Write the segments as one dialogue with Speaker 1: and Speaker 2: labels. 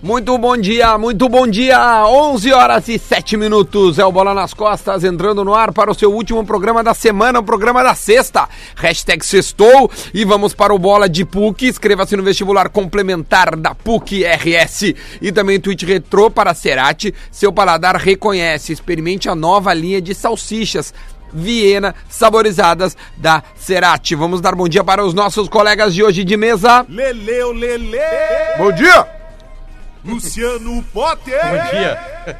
Speaker 1: Muito bom dia, muito bom dia. 11 horas e 7 minutos. É o Bola nas Costas entrando no ar para o seu último programa da semana, o programa da sexta. Hashtag sextou e vamos para o Bola de PUC. Inscreva-se no vestibular complementar da PUC RS e também tweet retrô para Cerati. Seu paladar reconhece. Experimente a nova linha de salsichas. Viena saborizadas da Cerati. Vamos dar bom dia para os nossos colegas de hoje de mesa.
Speaker 2: Leleu, Lele,
Speaker 3: Bom dia!
Speaker 2: Luciano Potter.
Speaker 3: é
Speaker 2: Bom dia.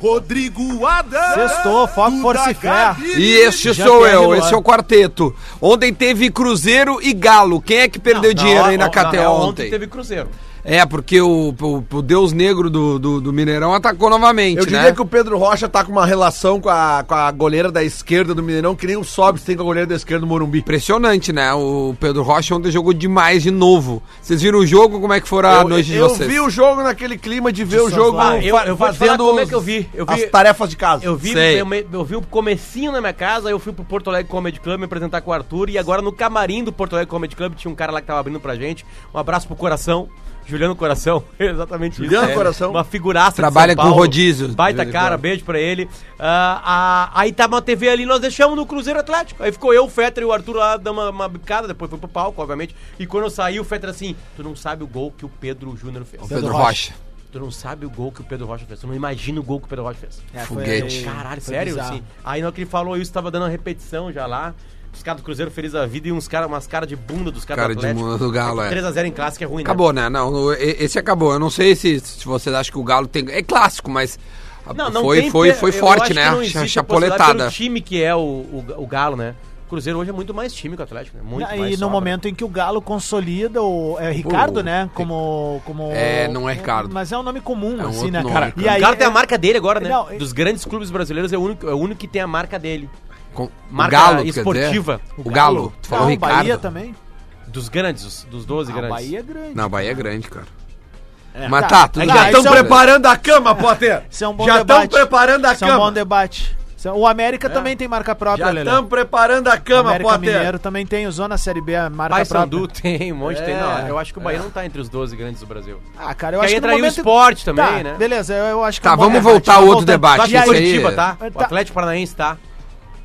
Speaker 2: Rodrigo Adams.
Speaker 4: Sextou, foco,
Speaker 2: Duda
Speaker 4: força e fé.
Speaker 2: Gabi.
Speaker 1: E este
Speaker 4: Já
Speaker 1: sou
Speaker 4: perde
Speaker 1: eu,
Speaker 4: o
Speaker 1: esse
Speaker 4: ano.
Speaker 1: é o quarteto. Ontem teve Cruzeiro e Galo. Quem é que perdeu dinheiro aí na
Speaker 5: Não,
Speaker 1: KTO
Speaker 5: real,
Speaker 1: ontem?
Speaker 5: teve Cruzeiro.
Speaker 1: É, porque o, o- o Deus Negro do, do, do Mineirão atacou novamente,
Speaker 3: Eu
Speaker 1: né?
Speaker 3: diria que o Pedro Rocha tá com uma relação com a, com a goleira da esquerda do Mineirão, que nem o Sobs tem com a goleira da esquerda do Morumbi.
Speaker 1: Impressionante, né? O Pedro Rocha ontem jogou demais de novo. Vocês viram o jogo? Como é que foram a
Speaker 3: eu
Speaker 1: noite de
Speaker 3: eu
Speaker 1: vocês?
Speaker 3: vi o jogo naquele clima de ver o
Speaker 4: São
Speaker 3: jogo
Speaker 4: João.
Speaker 5: Ah, eu- eu vou te falar como é que eu vi. Eu vi-
Speaker 3: as tarefas de casa.
Speaker 5: Eu vi,
Speaker 1: Sei.
Speaker 5: eu, me- eu vi o comecinho na minha casa, eu fui pro Porto Alegre Comedy Club me apresentar com o Arthur e agora no camarim do Porto Alegre Comedy Club tinha um cara lá que tava abrindo pra gente. Um abraço pro coração. Juliano Coração, exatamente isso.
Speaker 3: Juliano Coração.
Speaker 5: Uma figuraça de
Speaker 1: Trabalha
Speaker 5: São
Speaker 1: com
Speaker 5: Paulo.
Speaker 1: rodízio.
Speaker 5: Baita cara, beijo pra ele. Ah, ah, aí tava uma TV ali, nós deixamos no Cruzeiro Atlético. Aí ficou eu, o Fetter e o Arthur lá, dando uma, uma bicada, depois foi pro palco, obviamente. E quando eu saí, o Fetter assim, tu não sabe o gol que o Pedro Júnior fez.
Speaker 1: O Pedro Rocha.
Speaker 5: Tu não sabe o gol que o Pedro Rocha fez. Tu não imagina o gol que o Pedro Rocha fez.
Speaker 4: É,
Speaker 1: Foguete.
Speaker 5: Caralho,
Speaker 4: foi
Speaker 5: sério?
Speaker 4: bizarro.
Speaker 5: Assim, aí na hora que ele falou isso, tava dando uma repetição já lá. Os caras do Cruzeiro feliz da vida e uns cara, umas caras de bunda dos caras
Speaker 1: Cara de bunda do Galo, é.
Speaker 5: 3x0 em clássico é ruim,
Speaker 1: Acabou, né? Não, o- e- esse acabou. Eu não sei se, se vocês acham que o Galo tem. É clássico, mas. a-
Speaker 5: Não, não
Speaker 1: foi,
Speaker 5: tem
Speaker 1: foi,
Speaker 5: pe-
Speaker 1: foi
Speaker 5: eu
Speaker 1: forte,
Speaker 5: acho
Speaker 1: né?
Speaker 5: que não
Speaker 1: Cha-
Speaker 5: existe a possibilidade
Speaker 1: Chapoletada.
Speaker 5: Pelo time que é o, o, o Galo, né? O Cruzeiro hoje é muito mais time que o Atlético, né? Muito
Speaker 4: Não,
Speaker 5: mais
Speaker 4: e no
Speaker 5: sobra.
Speaker 4: momento em que o Galo consolida o é Ricardo,
Speaker 1: O-
Speaker 4: né? Como, como.
Speaker 1: É, não é Ricardo.
Speaker 4: Mas é um nome comum,
Speaker 1: É um outro
Speaker 4: assim, né?
Speaker 1: nome,
Speaker 4: cara?
Speaker 1: cara.
Speaker 5: O
Speaker 4: E aí,
Speaker 5: Galo tem
Speaker 4: é-
Speaker 5: a marca dele agora, né?
Speaker 4: Não, e-
Speaker 5: Dos grandes clubes brasileiros é o único, é o único que tem a marca dele.
Speaker 1: Com- o
Speaker 5: um Marca
Speaker 1: Galo,
Speaker 5: esportiva.
Speaker 1: Quer dizer, o Galo. Tu falou
Speaker 4: não,
Speaker 1: Ricardo.
Speaker 4: Bahia também.
Speaker 5: Dos grandes, os- dos 12
Speaker 4: A
Speaker 5: grandes.
Speaker 4: Bahia é grande.
Speaker 1: Não, Bahia é grande, cara.
Speaker 4: É.
Speaker 1: Mas tá,
Speaker 4: Tá,
Speaker 1: tudo
Speaker 4: tá,
Speaker 1: bem.
Speaker 4: isso é um-
Speaker 3: a cama, Potter.
Speaker 4: Isso é um bom
Speaker 3: Já estão
Speaker 4: debate.
Speaker 3: preparando a
Speaker 4: Isso é um bom
Speaker 3: cama.
Speaker 4: debate. Isso é- O América também tem marca própria,
Speaker 3: Já
Speaker 4: Lelê.
Speaker 3: estão preparando a
Speaker 4: O
Speaker 3: cama,
Speaker 4: América
Speaker 3: Potter.
Speaker 4: Mineiro também tem, o Zona Série B, a marca
Speaker 5: Paysandu
Speaker 4: própria.
Speaker 5: tem, um monte tem.
Speaker 3: É,
Speaker 5: Não, eu acho que o Bahia não tá entre os 12 grandes do Brasil.
Speaker 4: Ah, cara, eu
Speaker 5: Porque aí
Speaker 4: acho que no
Speaker 5: entra aí o
Speaker 4: momento-
Speaker 5: esporte também,
Speaker 4: Tá,
Speaker 5: né?
Speaker 4: Beleza, eu, eu acho que
Speaker 1: Tá,
Speaker 4: é um bom
Speaker 1: vamos
Speaker 4: debate,
Speaker 1: voltar ao
Speaker 4: vamos
Speaker 1: outro
Speaker 4: voltar.
Speaker 1: debate,
Speaker 4: E aí-
Speaker 1: isso aí.
Speaker 5: Curitiba, tá?
Speaker 4: É,
Speaker 5: O
Speaker 4: tá.
Speaker 5: Atlético Paranaense tá.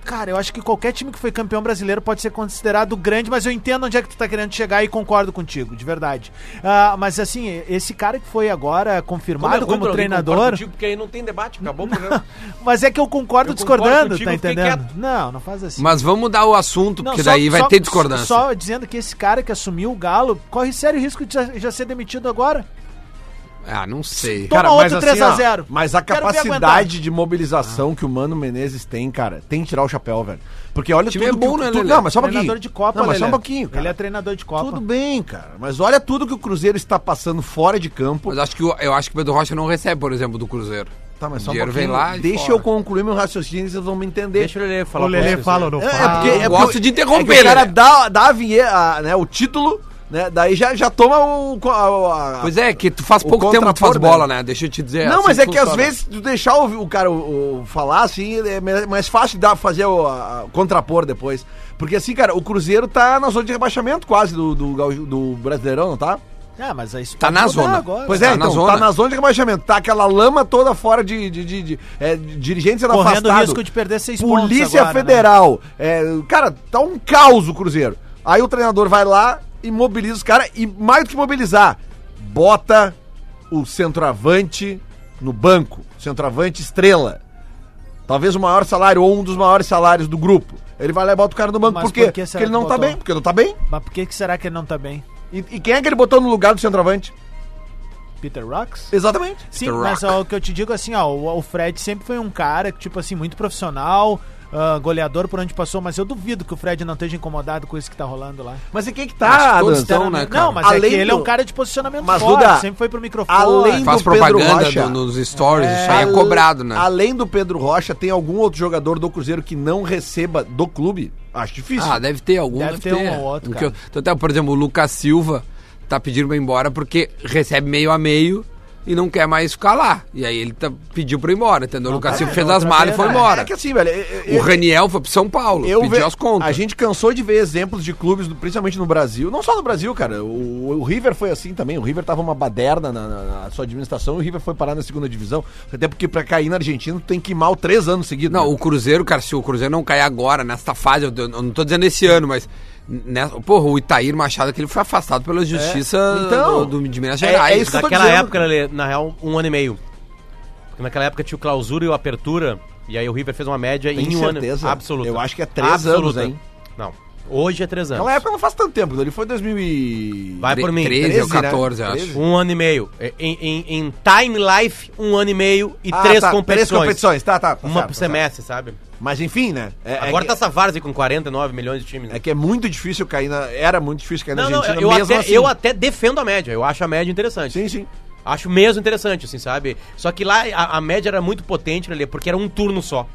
Speaker 4: Cara, eu acho que qualquer time que foi campeão brasileiro pode ser considerado grande, mas eu entendo onde é que tu tá querendo chegar e concordo contigo, de verdade. Ah, mas assim, esse cara que foi agora
Speaker 5: é
Speaker 4: confirmado
Speaker 5: ruim
Speaker 4: como,
Speaker 5: pra alguém, concordo
Speaker 4: treinador.
Speaker 5: contigo, porque aí não tem debate, acabou o programa.
Speaker 4: Mas é que eu concordo
Speaker 5: Eu
Speaker 4: discordando,
Speaker 5: concordo contigo,
Speaker 4: tá
Speaker 5: fiquei
Speaker 4: entendendo?
Speaker 5: quieto.
Speaker 4: Não, não faz assim.
Speaker 1: Mas vamos mudar o assunto,
Speaker 4: Não,
Speaker 1: porque
Speaker 4: só-
Speaker 1: daí vai
Speaker 4: só-
Speaker 1: ter discordância.
Speaker 4: Só dizendo que esse cara que assumiu o Galo corre sério risco de já, já ser demitido agora.
Speaker 1: Ah, não sei.
Speaker 4: Toma
Speaker 3: mas
Speaker 4: outro
Speaker 3: assim, ó,
Speaker 4: 3x0.
Speaker 3: Mas a
Speaker 4: Quero ver
Speaker 3: capacidade de mobilização que o Mano Menezes tem, cara, tem que tirar o chapéu, velho. Porque olha
Speaker 1: O time é
Speaker 3: que
Speaker 1: bom,
Speaker 3: o-
Speaker 1: né,
Speaker 3: tudo-
Speaker 1: Lelê?
Speaker 3: Não, mas só um
Speaker 4: treinador
Speaker 3: pouquinho.
Speaker 4: de Copa,
Speaker 3: não, mas só um
Speaker 4: Lelê.
Speaker 3: pouquinho, cara.
Speaker 4: Ele é treinador de Copa.
Speaker 3: Tudo bem, cara. Mas olha tudo que o Cruzeiro está passando fora de campo.
Speaker 1: Mas acho que o- eu acho que o Pedro Rocha não recebe, por exemplo, do Cruzeiro.
Speaker 3: Tá, mas
Speaker 1: O dinheiro vem lá e
Speaker 3: Deixa
Speaker 1: fora.
Speaker 3: eu concluir meu raciocínio, vocês vão me entender.
Speaker 5: Deixa o Lelê falar.
Speaker 4: O Lelê fala ou não
Speaker 3: É,
Speaker 4: fala?
Speaker 3: é porque, é
Speaker 1: eu
Speaker 3: porque-
Speaker 1: gosto de interromper,
Speaker 3: é que o cara
Speaker 1: né?
Speaker 3: dá, dá a vinheta, a- né, o título, né, daí já, já toma o... co- a- a-
Speaker 1: Pois é, que tu faz
Speaker 3: O
Speaker 1: pouco tempo que tu faz
Speaker 3: contrapor,
Speaker 1: bola, né? Deixa eu te dizer.
Speaker 3: não,
Speaker 1: assim
Speaker 3: mas é que às
Speaker 1: funciona.
Speaker 3: vezes tu deixar o, o cara o, o falar assim, é me- mais fácil dar fazer o a- a- contrapor depois. Porque assim, cara, o Cruzeiro tá na zona de rebaixamento quase do, do, gaúcho- do Brasileirão, não tá?
Speaker 4: Ah, mas aí isso
Speaker 1: Tá
Speaker 4: pode
Speaker 1: na
Speaker 4: mudar
Speaker 1: zona.
Speaker 4: Agora.
Speaker 3: Pois
Speaker 1: tá
Speaker 3: é,
Speaker 1: na
Speaker 3: então,
Speaker 1: zona.
Speaker 3: tá na zona de rebaixamento. Tá aquela lama toda fora de, de, de, de- é, de dirigente sendo
Speaker 4: Correndo
Speaker 3: afastado.
Speaker 4: risco de perder seis pontos
Speaker 3: Polícia
Speaker 4: agora, né?
Speaker 3: Federal. É, cara, tá um caos o Cruzeiro. Aí o treinador vai lá e mobiliza os caras. E mais do que mobilizar, bota o centroavante no banco. Centroavante estrela. Talvez o maior salário ou um dos maiores salários do grupo. Ele vai lá e bota o cara no banco.
Speaker 4: Mas
Speaker 3: por quê?
Speaker 4: por que será
Speaker 3: Porque ele
Speaker 4: que
Speaker 3: não tá
Speaker 4: botou?
Speaker 3: bem. Porque não tá bem.
Speaker 4: Mas por que, que será que ele não tá bem?
Speaker 3: E, e quem é que ele botou no lugar do centroavante?
Speaker 4: Peter Rocks?
Speaker 3: Exatamente.
Speaker 4: Sim,
Speaker 1: Rock.
Speaker 4: mas ó, o que eu te digo assim, ó, o, o Fred sempre foi um cara, que, tipo assim, muito profissional, ah, goleador por onde passou, mas eu duvido que o Fred não esteja incomodado com isso que tá rolando lá.
Speaker 3: Mas e quem que
Speaker 1: Acho que
Speaker 3: tá,
Speaker 1: todos
Speaker 3: Adams?
Speaker 1: estão, né, cara?
Speaker 4: Não, mas é
Speaker 3: Além
Speaker 4: que ele é um
Speaker 3: do-
Speaker 4: cara de posicionamento
Speaker 3: Mas,
Speaker 4: forte,
Speaker 3: Duda,
Speaker 4: sempre foi pro microfone.
Speaker 3: além
Speaker 1: Faz
Speaker 3: do Pedro
Speaker 1: propaganda
Speaker 3: Rocha.
Speaker 1: do- nos stories,
Speaker 4: É.
Speaker 1: isso aí é
Speaker 3: Ale-
Speaker 1: cobrado, né?
Speaker 3: Além do Pedro Rocha, tem algum outro jogador do Cruzeiro que não receba do clube? Acho difícil.
Speaker 1: Ah, deve ter algum.
Speaker 4: Deve ter um ou outro,
Speaker 1: Porque eu-
Speaker 4: cara.
Speaker 1: então, até, por exemplo, o Lucas Silva tá pedindo pra ir embora porque recebe meio a meio. e não quer mais ficar lá. E aí ele tá- pediu pra ir embora, entendeu? o Lucas
Speaker 4: tá,
Speaker 1: Silva
Speaker 4: é,
Speaker 1: fez
Speaker 4: não,
Speaker 1: as
Speaker 4: tá
Speaker 1: malas e
Speaker 4: bem,
Speaker 1: foi
Speaker 4: né?
Speaker 1: embora.
Speaker 3: É que assim, velho. eu- eu-
Speaker 1: O Raniel foi pro São Paulo,
Speaker 3: Eu
Speaker 1: pediu
Speaker 3: ve-
Speaker 1: as contas.
Speaker 3: A gente cansou de ver exemplos de clubes, principalmente no Brasil, não só no Brasil, cara. O, o River foi assim também. O River tava uma baderna na, na- na sua administração e o River foi parar na segunda divisão. Até porque pra cair na Argentina tu tem que ir mal três anos seguidos.
Speaker 1: Não,
Speaker 3: né?
Speaker 1: o Cruzeiro, cara, se o Cruzeiro não cair agora, nesta fase, eu, eu não tô dizendo esse ano, mas. Nessa, porra, o Itair Machado, que ele foi afastado pela justiça
Speaker 3: É. Então,
Speaker 1: do, do- de Minas
Speaker 3: é-
Speaker 1: Gerais.
Speaker 3: é isso que eu tô
Speaker 5: Naquela
Speaker 3: dizendo.
Speaker 5: época, Lelê, na real, um ano e meio. Porque naquela época tinha o clausura e o apertura, e aí o River fez uma média
Speaker 3: Tem
Speaker 5: em um ano.
Speaker 3: certeza?
Speaker 5: Absoluta.
Speaker 3: Eu acho que é três anos, hein?
Speaker 5: Não. Hoje é três anos.
Speaker 3: Naquela época não faz tanto tempo, ele foi 2000 e...
Speaker 5: Vai por mim.
Speaker 1: 13 ou
Speaker 3: 13, né?
Speaker 1: 14, eu acho.
Speaker 3: 13.
Speaker 5: Um ano e meio. Em, em- em Time Life, um ano e meio e
Speaker 3: Ah,
Speaker 5: três,
Speaker 3: tá,
Speaker 5: competições.
Speaker 3: Três competições, tá, tá. tá
Speaker 5: Uma
Speaker 3: certo,
Speaker 5: por
Speaker 3: tá certo.
Speaker 5: semestre, sabe?
Speaker 3: Mas enfim, né? É,
Speaker 5: Agora
Speaker 3: é
Speaker 5: tá
Speaker 3: que,
Speaker 5: essa várzea com 49 milhões de times. né?
Speaker 3: é que é muito difícil cair na... Era muito difícil cair
Speaker 5: não,
Speaker 3: na
Speaker 5: não,
Speaker 3: Argentina,
Speaker 5: eu
Speaker 3: mesmo
Speaker 5: até,
Speaker 3: assim.
Speaker 5: eu até defendo a média. Eu acho a média interessante.
Speaker 3: Sim, sim.
Speaker 5: Acho mesmo interessante, assim, sabe? Só que lá a, a média era muito potente, Lelê, porque era um turno só.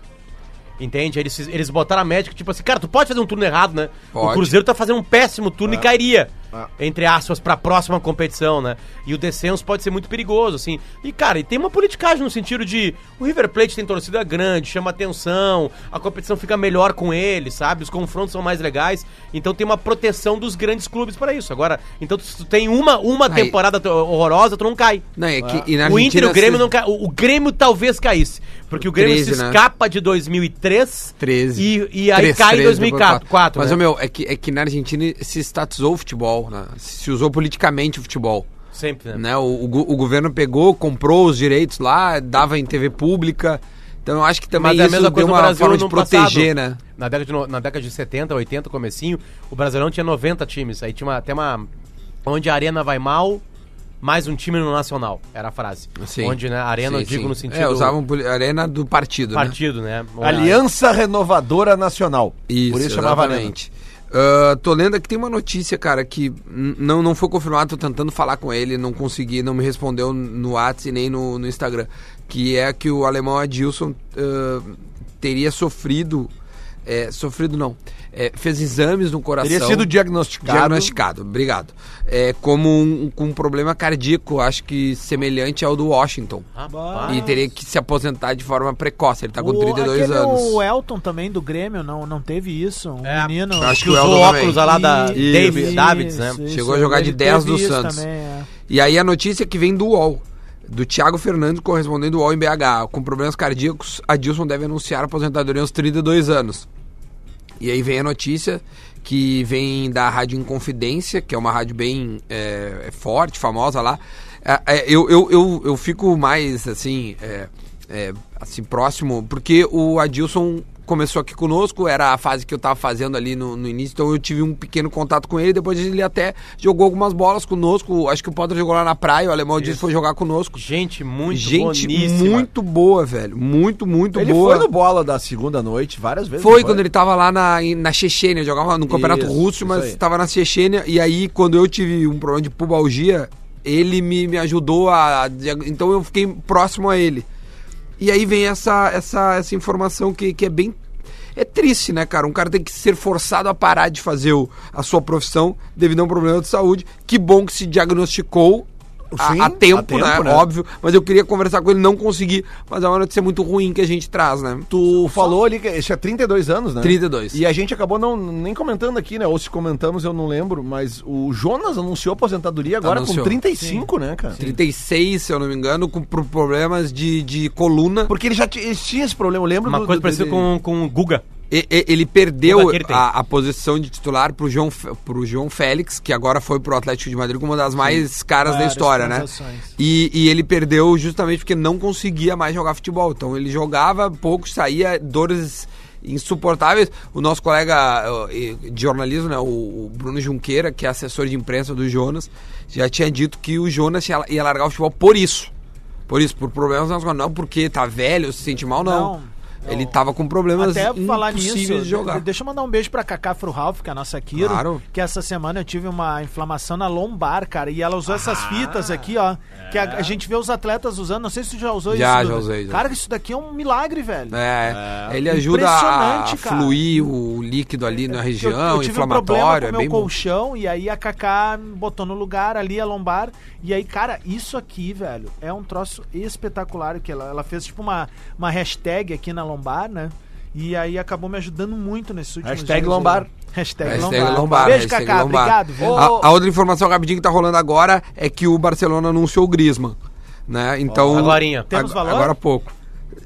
Speaker 5: Entende? Eles, fiz- eles botaram a média que, tipo assim, cara, tu pode fazer um turno errado, né? O
Speaker 1: Pode.
Speaker 5: Cruzeiro tá fazendo um péssimo turno
Speaker 1: É.
Speaker 5: e cairia.
Speaker 3: Ah.
Speaker 5: Entre aspas, pra próxima competição, né? E o descenso pode ser muito perigoso, assim. E, cara, e tem uma politicagem no sentido de o River Plate tem torcida grande, chama atenção, a competição fica melhor com ele, sabe? Os confrontos são mais legais. Então tem uma proteção dos grandes clubes pra isso. Agora, então se tu tem uma, uma
Speaker 1: Aí.
Speaker 5: temporada to- horrorosa, tu não cai
Speaker 1: Não, é que, e na
Speaker 5: o Inter e
Speaker 1: Argentina,
Speaker 5: o Grêmio
Speaker 1: se-
Speaker 5: não ca... o, o Grêmio talvez caísse, porque o Grêmio
Speaker 1: 13,
Speaker 5: se
Speaker 1: né?
Speaker 5: escapa de 2003
Speaker 1: 13.
Speaker 5: e, e aí cai em 2004, quatro,
Speaker 1: Mas,
Speaker 5: né?
Speaker 1: ô, meu, é que, é que na Argentina se estatizou o futebol, né? Se usou politicamente o futebol.
Speaker 5: sempre, né?
Speaker 1: Né? O, o go- o governo pegou, comprou os direitos lá, dava em TV pública. Então eu acho que também
Speaker 5: é
Speaker 1: isso deu uma forma de
Speaker 5: no
Speaker 1: proteger,
Speaker 5: passado.
Speaker 1: né?
Speaker 5: Na década, de, no- na década de 70, 80, comecinho, o Brasileirão tinha 90 times, aí tinha uma, até uma onde a arena vai mal, mais um time no nacional, era a frase.
Speaker 1: Sim.
Speaker 5: Onde, né, a arena
Speaker 1: Sim,
Speaker 5: eu digo
Speaker 1: sim.
Speaker 5: no sentido
Speaker 1: É, usavam poli- arena do partido, né?
Speaker 5: partido, né?
Speaker 3: Aliança Renovadora Nacional.
Speaker 1: Isso,
Speaker 3: Por isso chamava Arena.
Speaker 1: exatamente. Ah, tô lendo aqui, tem uma notícia, cara, que n- não, não foi confirmado, tô tentando falar com ele, não consegui, não me respondeu no WhatsApp e nem no, no Instagram, que é que o alemão Adilson ah, teria sofrido, é, sofrido não, é, fez exames no coração.
Speaker 3: Teria sido diagnosticado.
Speaker 1: Diagnosticado, obrigado. É, como um, com um problema cardíaco, acho que semelhante ao do Washington.
Speaker 3: Ah,
Speaker 5: Rapaz.
Speaker 1: E teria que se aposentar de forma precoce, ele tá com 32
Speaker 3: é
Speaker 4: aquele
Speaker 1: anos.
Speaker 4: O Elton também do Grêmio não, não teve isso? Um
Speaker 5: É,
Speaker 4: menino.
Speaker 1: acho
Speaker 5: que,
Speaker 1: o
Speaker 5: usou
Speaker 1: Elton também.
Speaker 5: óculos lá da
Speaker 4: Isso,
Speaker 5: David, Davids, né?
Speaker 4: isso,
Speaker 1: Chegou a
Speaker 4: isso,
Speaker 1: jogar de
Speaker 4: ele
Speaker 1: 10 do
Speaker 4: teve isso
Speaker 1: Santos.
Speaker 4: também, é.
Speaker 1: E aí a notícia que vem do UOL, do Thiago Fernandes correspondendo ao UOL em BH. Com problemas cardíacos, Adilson deve anunciar a aposentadoria aos 32 anos. E aí vem a notícia que vem da Rádio Inconfidência, que é uma rádio bem é, forte, famosa lá. É, é, eu, eu, eu, eu fico mais assim, é, é, assim, próximo, porque o Adilson começou aqui conosco, era a fase que eu tava fazendo ali no, no início, então eu tive um pequeno contato com ele, depois ele até jogou algumas bolas conosco, acho que o Potter jogou lá na praia, o Alemão disse que foi jogar conosco.
Speaker 5: Gente muito
Speaker 1: Gente
Speaker 5: boníssima.
Speaker 1: muito boa, velho, muito, muito
Speaker 3: Ele
Speaker 1: boa.
Speaker 3: foi no bola da segunda noite várias vezes.
Speaker 1: Foi
Speaker 3: não
Speaker 1: quando ele tava lá na, em- na Chechênia, jogava no campeonato
Speaker 3: Isso,
Speaker 1: russo, mas
Speaker 3: isso aí.
Speaker 1: tava na Chechênia. E aí, quando eu tive um problema de pubalgia, ele me, me ajudou a, a diag- Então eu fiquei próximo a ele. E aí vem essa, essa, essa informação que, que é bem. É triste, né, cara? Um cara tem que ser forçado a parar de fazer o- a sua profissão devido a um problema de saúde. Que bom que se diagnosticou. a-
Speaker 3: Sim,
Speaker 1: a, tempo,
Speaker 3: a tempo,
Speaker 1: né?
Speaker 3: né?
Speaker 1: Óbvio. Mas eu queria conversar com ele, não consegui. Mas é uma notícia muito ruim que a gente traz, né?
Speaker 3: Tu falou ali que esse é 32 anos, né?
Speaker 1: 32.
Speaker 3: E a gente acabou não, nem comentando aqui, né? Ou se comentamos, eu não lembro. Mas o Jonas anunciou aposentadoria agora
Speaker 1: Anunciou.
Speaker 3: com 35, né, cara?
Speaker 1: 36, se eu não me engano, com pro- problemas de, de coluna.
Speaker 3: Porque ele já ti- ele tinha esse problema, eu lembro
Speaker 5: Uma
Speaker 3: do-
Speaker 5: coisa
Speaker 3: do-
Speaker 5: parecida
Speaker 3: dele-
Speaker 5: com, com o Guga.
Speaker 1: E- e- ele
Speaker 5: Como
Speaker 1: perdeu
Speaker 5: é que ele tem?
Speaker 1: a, a posição de titular pro João, Fe- pro João Félix, que agora foi pro Atlético de Madrid como uma das mais caras da
Speaker 4: Várias
Speaker 1: história, né?
Speaker 4: transações.
Speaker 1: E, e ele perdeu justamente porque não conseguia mais jogar futebol. Então ele jogava pouco, saía dores insuportáveis. O nosso colega eh, de jornalismo, né, o, o Bruno Junqueira, que é assessor de imprensa do Jonas, já tinha dito que o Jonas ia, ia largar o futebol por isso. Por isso, por problemas nas não porque tá velho, se sente mal, não.
Speaker 4: Não.
Speaker 1: Ele tava com problemas
Speaker 4: Até falar nisso,
Speaker 1: impossíveis de jogar.
Speaker 4: deixa eu mandar um beijo pra Cacá Fruhalf, que é a nossa Kiro,
Speaker 1: Claro.
Speaker 4: que essa semana eu tive uma inflamação na lombar, cara, e ela usou essas fitas aqui, ó, que a, a gente vê os atletas usando, não sei se tu já usou
Speaker 1: Já,
Speaker 4: isso.
Speaker 1: já
Speaker 4: Duda.
Speaker 1: usei, já.
Speaker 4: Cara, isso daqui é um milagre, velho.
Speaker 1: É, ele ajuda a
Speaker 4: Impressionante, cara.
Speaker 1: fluir o líquido ali na
Speaker 4: Que eu-
Speaker 1: região,
Speaker 4: eu, tive um problema
Speaker 1: inflamatório,
Speaker 4: com o
Speaker 1: é
Speaker 4: meu
Speaker 1: bem bom.
Speaker 4: colchão e aí a Kaká me botou no lugar ali a lombar e aí cara isso aqui velho é um troço espetacular que ela, ela fez tipo uma, uma hashtag aqui na lombar né e aí acabou me ajudando muito nesse último
Speaker 3: Hashtag lombar.
Speaker 4: hashtag,
Speaker 1: Hashtag
Speaker 4: lombar.
Speaker 1: lombar,
Speaker 4: beijo
Speaker 1: hashtag
Speaker 4: Kaká
Speaker 1: lombar.
Speaker 4: obrigado viu?
Speaker 1: A, a outra informação rapidinho que tá rolando agora é que o Barcelona anunciou o Griezmann, né? Então
Speaker 5: Agorinha.
Speaker 4: Temos
Speaker 1: ag-
Speaker 4: valor?
Speaker 1: Agora há pouco.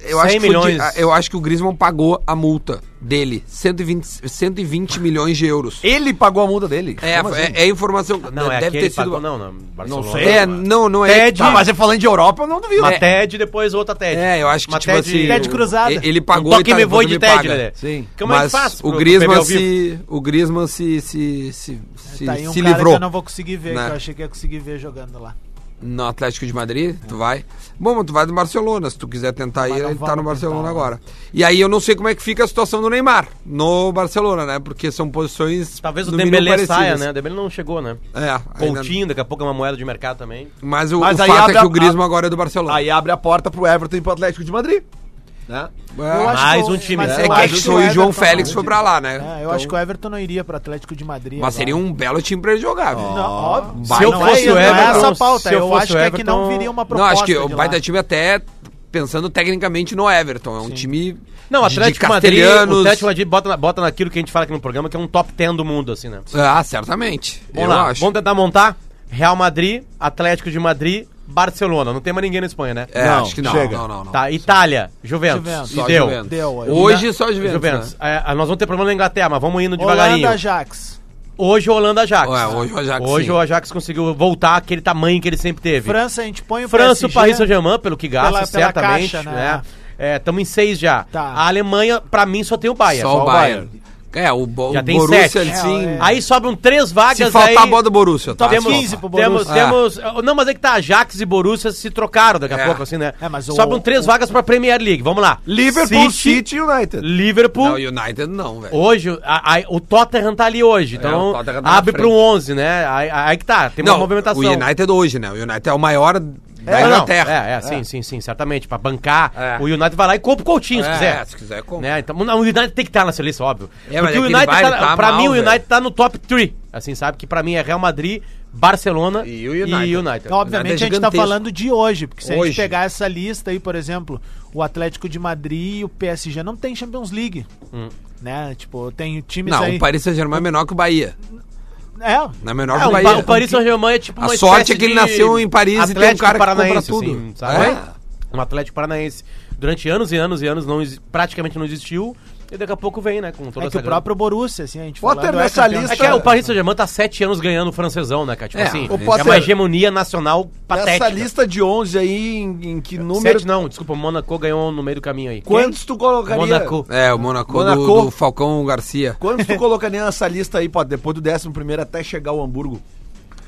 Speaker 1: Eu
Speaker 5: 100
Speaker 1: acho, que foi de-
Speaker 5: milhões.
Speaker 1: eu acho que o Griezmann pagou a multa dele, 120, 120 milhões de euros.
Speaker 3: Ele pagou a mulda dele.
Speaker 1: É,
Speaker 3: Como
Speaker 1: é,
Speaker 3: assim?
Speaker 1: é a informação.
Speaker 5: Não, é
Speaker 1: deve
Speaker 5: aquele
Speaker 1: ter sido.
Speaker 5: pagou- não, não, Barcelona.
Speaker 3: sei.
Speaker 1: É, não, não é.
Speaker 5: Ted,
Speaker 3: Tá, mas é falando de Europa, eu não duvido.
Speaker 5: uma
Speaker 1: é.
Speaker 5: TED, depois outra TED.
Speaker 1: É, eu acho que
Speaker 5: Uma
Speaker 1: tipo
Speaker 5: TED-
Speaker 1: assim.
Speaker 4: TED
Speaker 1: o-
Speaker 4: cruzada.
Speaker 1: e- Ele pagou
Speaker 5: Um toque
Speaker 1: tá,
Speaker 5: me voe
Speaker 1: você
Speaker 5: de TED,
Speaker 1: paga.
Speaker 5: né?
Speaker 3: Sim.
Speaker 5: Como é que
Speaker 1: Mas
Speaker 5: faz
Speaker 1: o
Speaker 5: pro-
Speaker 1: Griezmann
Speaker 5: pro BBB ao
Speaker 1: se, o Griezmann se se se se,
Speaker 4: tá aí um
Speaker 1: se
Speaker 4: cara que
Speaker 1: livrou
Speaker 4: eu não vou conseguir ver
Speaker 1: Né?
Speaker 4: que eu achei que ia conseguir ver jogando lá
Speaker 1: no Atlético de Madrid, tu vai. Bom, mas tu vai do Barcelona, se tu quiser tentar
Speaker 4: Mas
Speaker 1: ir,
Speaker 4: não
Speaker 1: ele tá
Speaker 4: vamos
Speaker 1: no Barcelona
Speaker 4: tentar, né?
Speaker 1: agora. E aí eu não sei como é que fica a situação do Neymar no Barcelona, né? Porque são posições
Speaker 5: Talvez o
Speaker 1: no mínimo
Speaker 5: Dembélé saia,
Speaker 1: parecidas.
Speaker 5: né? O Dembélé não chegou, né?
Speaker 1: É, ainda-
Speaker 5: Coutinho, daqui a pouco é uma moeda de mercado também.
Speaker 1: Mas o,
Speaker 3: Mas
Speaker 1: o
Speaker 3: aí
Speaker 1: fato
Speaker 3: abre
Speaker 1: é
Speaker 3: a-
Speaker 1: que o Griezmann agora é do Barcelona.
Speaker 3: Aí abre a porta pro Everton e pro Atlético de Madrid. Né?
Speaker 4: Eu
Speaker 1: é,
Speaker 4: acho
Speaker 5: mais
Speaker 4: que o-
Speaker 5: um time,
Speaker 4: mas
Speaker 5: né?
Speaker 4: eu
Speaker 1: é
Speaker 4: acho
Speaker 1: que
Speaker 4: que
Speaker 1: foi o João
Speaker 4: Everton-
Speaker 1: Félix foi pra lá, né?
Speaker 4: É, eu
Speaker 1: Então-
Speaker 4: acho que o Everton não iria para Atlético de Madrid
Speaker 1: Mas
Speaker 4: agora.
Speaker 1: seria um belo time pra ele jogar, velho.
Speaker 4: Não, óbvio.
Speaker 1: Se eu
Speaker 4: não
Speaker 5: fosse
Speaker 4: é,
Speaker 5: o
Speaker 4: não é
Speaker 5: Everton,
Speaker 4: essa a pauta.
Speaker 5: se eu
Speaker 4: eu
Speaker 5: fosse
Speaker 4: acho
Speaker 5: o
Speaker 4: que é que não
Speaker 5: Everton-
Speaker 4: viria uma
Speaker 1: Não,
Speaker 4: proposta.
Speaker 1: acho que o
Speaker 4: de
Speaker 1: baita
Speaker 4: lá.
Speaker 1: time até pensando tecnicamente no Everton. É um time
Speaker 5: Não, o
Speaker 1: de- de
Speaker 5: Atlético de Madrid,
Speaker 1: castelhanos.
Speaker 5: o Atlético Madrid bota, na- bota naquilo que a gente fala aqui no programa, que é um top 10 do mundo, assim, né?
Speaker 1: Ah, certamente.
Speaker 5: Vamos
Speaker 1: eu
Speaker 5: lá,
Speaker 1: acho.
Speaker 5: vamos tentar montar Real Madrid, Atlético de Madrid, Barcelona. Não tem mais ninguém na Espanha, né?
Speaker 1: É,
Speaker 3: Não,
Speaker 1: acho que não.
Speaker 3: chega.
Speaker 1: Não, não, não.
Speaker 5: Tá, Itália, Juventus.
Speaker 4: Juventus.
Speaker 5: E
Speaker 1: Só
Speaker 5: deu. é
Speaker 1: Juventus.
Speaker 4: Deu, aí.
Speaker 1: Hoje só Juventus.
Speaker 5: Juventus.
Speaker 1: né?
Speaker 5: É, nós vamos ter problema na Inglaterra, mas vamos indo devagarinho.
Speaker 4: Holanda Ajax.
Speaker 5: Hoje o Holanda Ajax.
Speaker 1: Ué, hoje o Ajax,
Speaker 5: Hoje
Speaker 1: sim.
Speaker 5: o Ajax conseguiu voltar aquele tamanho que ele sempre teve.
Speaker 4: França, a gente põe o
Speaker 5: França, o
Speaker 4: PSG.
Speaker 5: Paris Saint-Germain, pelo que gasta,
Speaker 4: Pela- pela
Speaker 5: certamente.
Speaker 4: caixa, né?
Speaker 5: né? Estamos em seis já.
Speaker 4: Tá.
Speaker 5: A Alemanha, pra mim, só tem o
Speaker 1: Só,
Speaker 5: Bayern.
Speaker 1: o Bayern. É, o, Bo
Speaker 5: Já
Speaker 1: o
Speaker 5: tem
Speaker 1: Borussia,
Speaker 5: sete.
Speaker 1: ele sim.
Speaker 4: É, é.
Speaker 5: Aí sobram três vagas
Speaker 1: Se faltar a
Speaker 5: aí...
Speaker 1: bola do Borussia, tá?
Speaker 4: Top
Speaker 1: Se
Speaker 4: 15
Speaker 1: faltar.
Speaker 4: pro Borussia.
Speaker 5: Temos, um temos. Não, mas é que tá. Ajax e Borussia se trocaram daqui a
Speaker 1: É.
Speaker 5: pouco, assim, né?
Speaker 4: É, mas o-
Speaker 5: Sobram três
Speaker 4: o-
Speaker 5: vagas pra Premier League. Vamos lá.
Speaker 3: Liverpool, City e United.
Speaker 5: Liverpool.
Speaker 1: Não, o United não, velho.
Speaker 5: Hoje, a- a- o Tottenham tá ali hoje.
Speaker 1: o
Speaker 5: Então,
Speaker 1: Tottenham tá na
Speaker 5: abre
Speaker 1: frente.
Speaker 5: pro 11, né? Aí, aí que tá. Tem uma
Speaker 1: Não,
Speaker 5: movimentação.
Speaker 1: o United hoje, né? O United é o maior da
Speaker 5: Não, não.
Speaker 1: Inglaterra.
Speaker 5: É, é, sim, sim, sim, certamente. Pra bancar,
Speaker 1: É.
Speaker 5: o United vai lá e compra o Coutinho, se
Speaker 1: É,
Speaker 5: quiser.
Speaker 1: se quiser, compra.
Speaker 5: Né? Então, não, o United tem que estar na seleção, óbvio.
Speaker 1: É, mas
Speaker 5: Porque
Speaker 1: é
Speaker 5: o
Speaker 1: que ele
Speaker 5: United,
Speaker 1: vai,
Speaker 5: tá,
Speaker 1: ele tá
Speaker 5: pra
Speaker 1: mal,
Speaker 5: mim, o
Speaker 1: velho.
Speaker 5: United tá no top 3, assim, sabe? Que pra mim é Real Madrid, Barcelona
Speaker 1: E o United.
Speaker 5: United.
Speaker 1: Ó,
Speaker 4: Obviamente
Speaker 1: Nada é
Speaker 4: a gente tá
Speaker 1: gigantesco.
Speaker 4: falando de hoje, porque se a
Speaker 1: Hoje.
Speaker 4: gente pegar essa lista aí, por exemplo, o Atlético de Madrid e o PSG não tem Champions League.
Speaker 5: Hum.
Speaker 4: Né? Tipo, tem times
Speaker 1: Não,
Speaker 4: aí.
Speaker 1: o Paris Saint-Germain é menor que o Bahia.
Speaker 4: É,
Speaker 1: Não é menor
Speaker 5: É,
Speaker 1: que o
Speaker 5: o,
Speaker 1: Bahia.
Speaker 5: Pa- o Paris Saint-Germain é tipo
Speaker 1: A sorte é que ele
Speaker 5: espécie de
Speaker 1: nasceu em Paris e tem um
Speaker 5: Atlético
Speaker 1: cara que compra
Speaker 5: Paranaense,
Speaker 1: tudo.
Speaker 5: assim, sabe?
Speaker 1: É.
Speaker 5: Um Atlético Paranaense. Durante anos e anos e anos não, exi- praticamente não existiu. E daqui a pouco vem, né? Com toda
Speaker 4: é que
Speaker 5: essa
Speaker 4: o
Speaker 5: grana.
Speaker 4: próprio Borussia, assim, a gente
Speaker 3: Potter,
Speaker 4: falando, é
Speaker 3: nessa
Speaker 4: campeão.
Speaker 5: É
Speaker 3: lista-
Speaker 5: que o Paris Saint-Germain tá sete anos ganhando o francesão, né, cara? Tipo
Speaker 1: É,
Speaker 5: assim,
Speaker 1: o
Speaker 5: é
Speaker 3: Potter-
Speaker 5: uma hegemonia nacional patética.
Speaker 3: Essa lista de 11 aí, em, em que número...
Speaker 5: Sete não, desculpa, o Monaco ganhou no meio do caminho aí.
Speaker 3: Quantos tu colocaria?
Speaker 5: Monaco.
Speaker 1: É, o Monaco,
Speaker 3: Monaco.
Speaker 1: Do, do Falcão Garcia.
Speaker 3: Quantos tu colocaria nessa lista aí, pode depois do 11 até chegar o Hamburgo?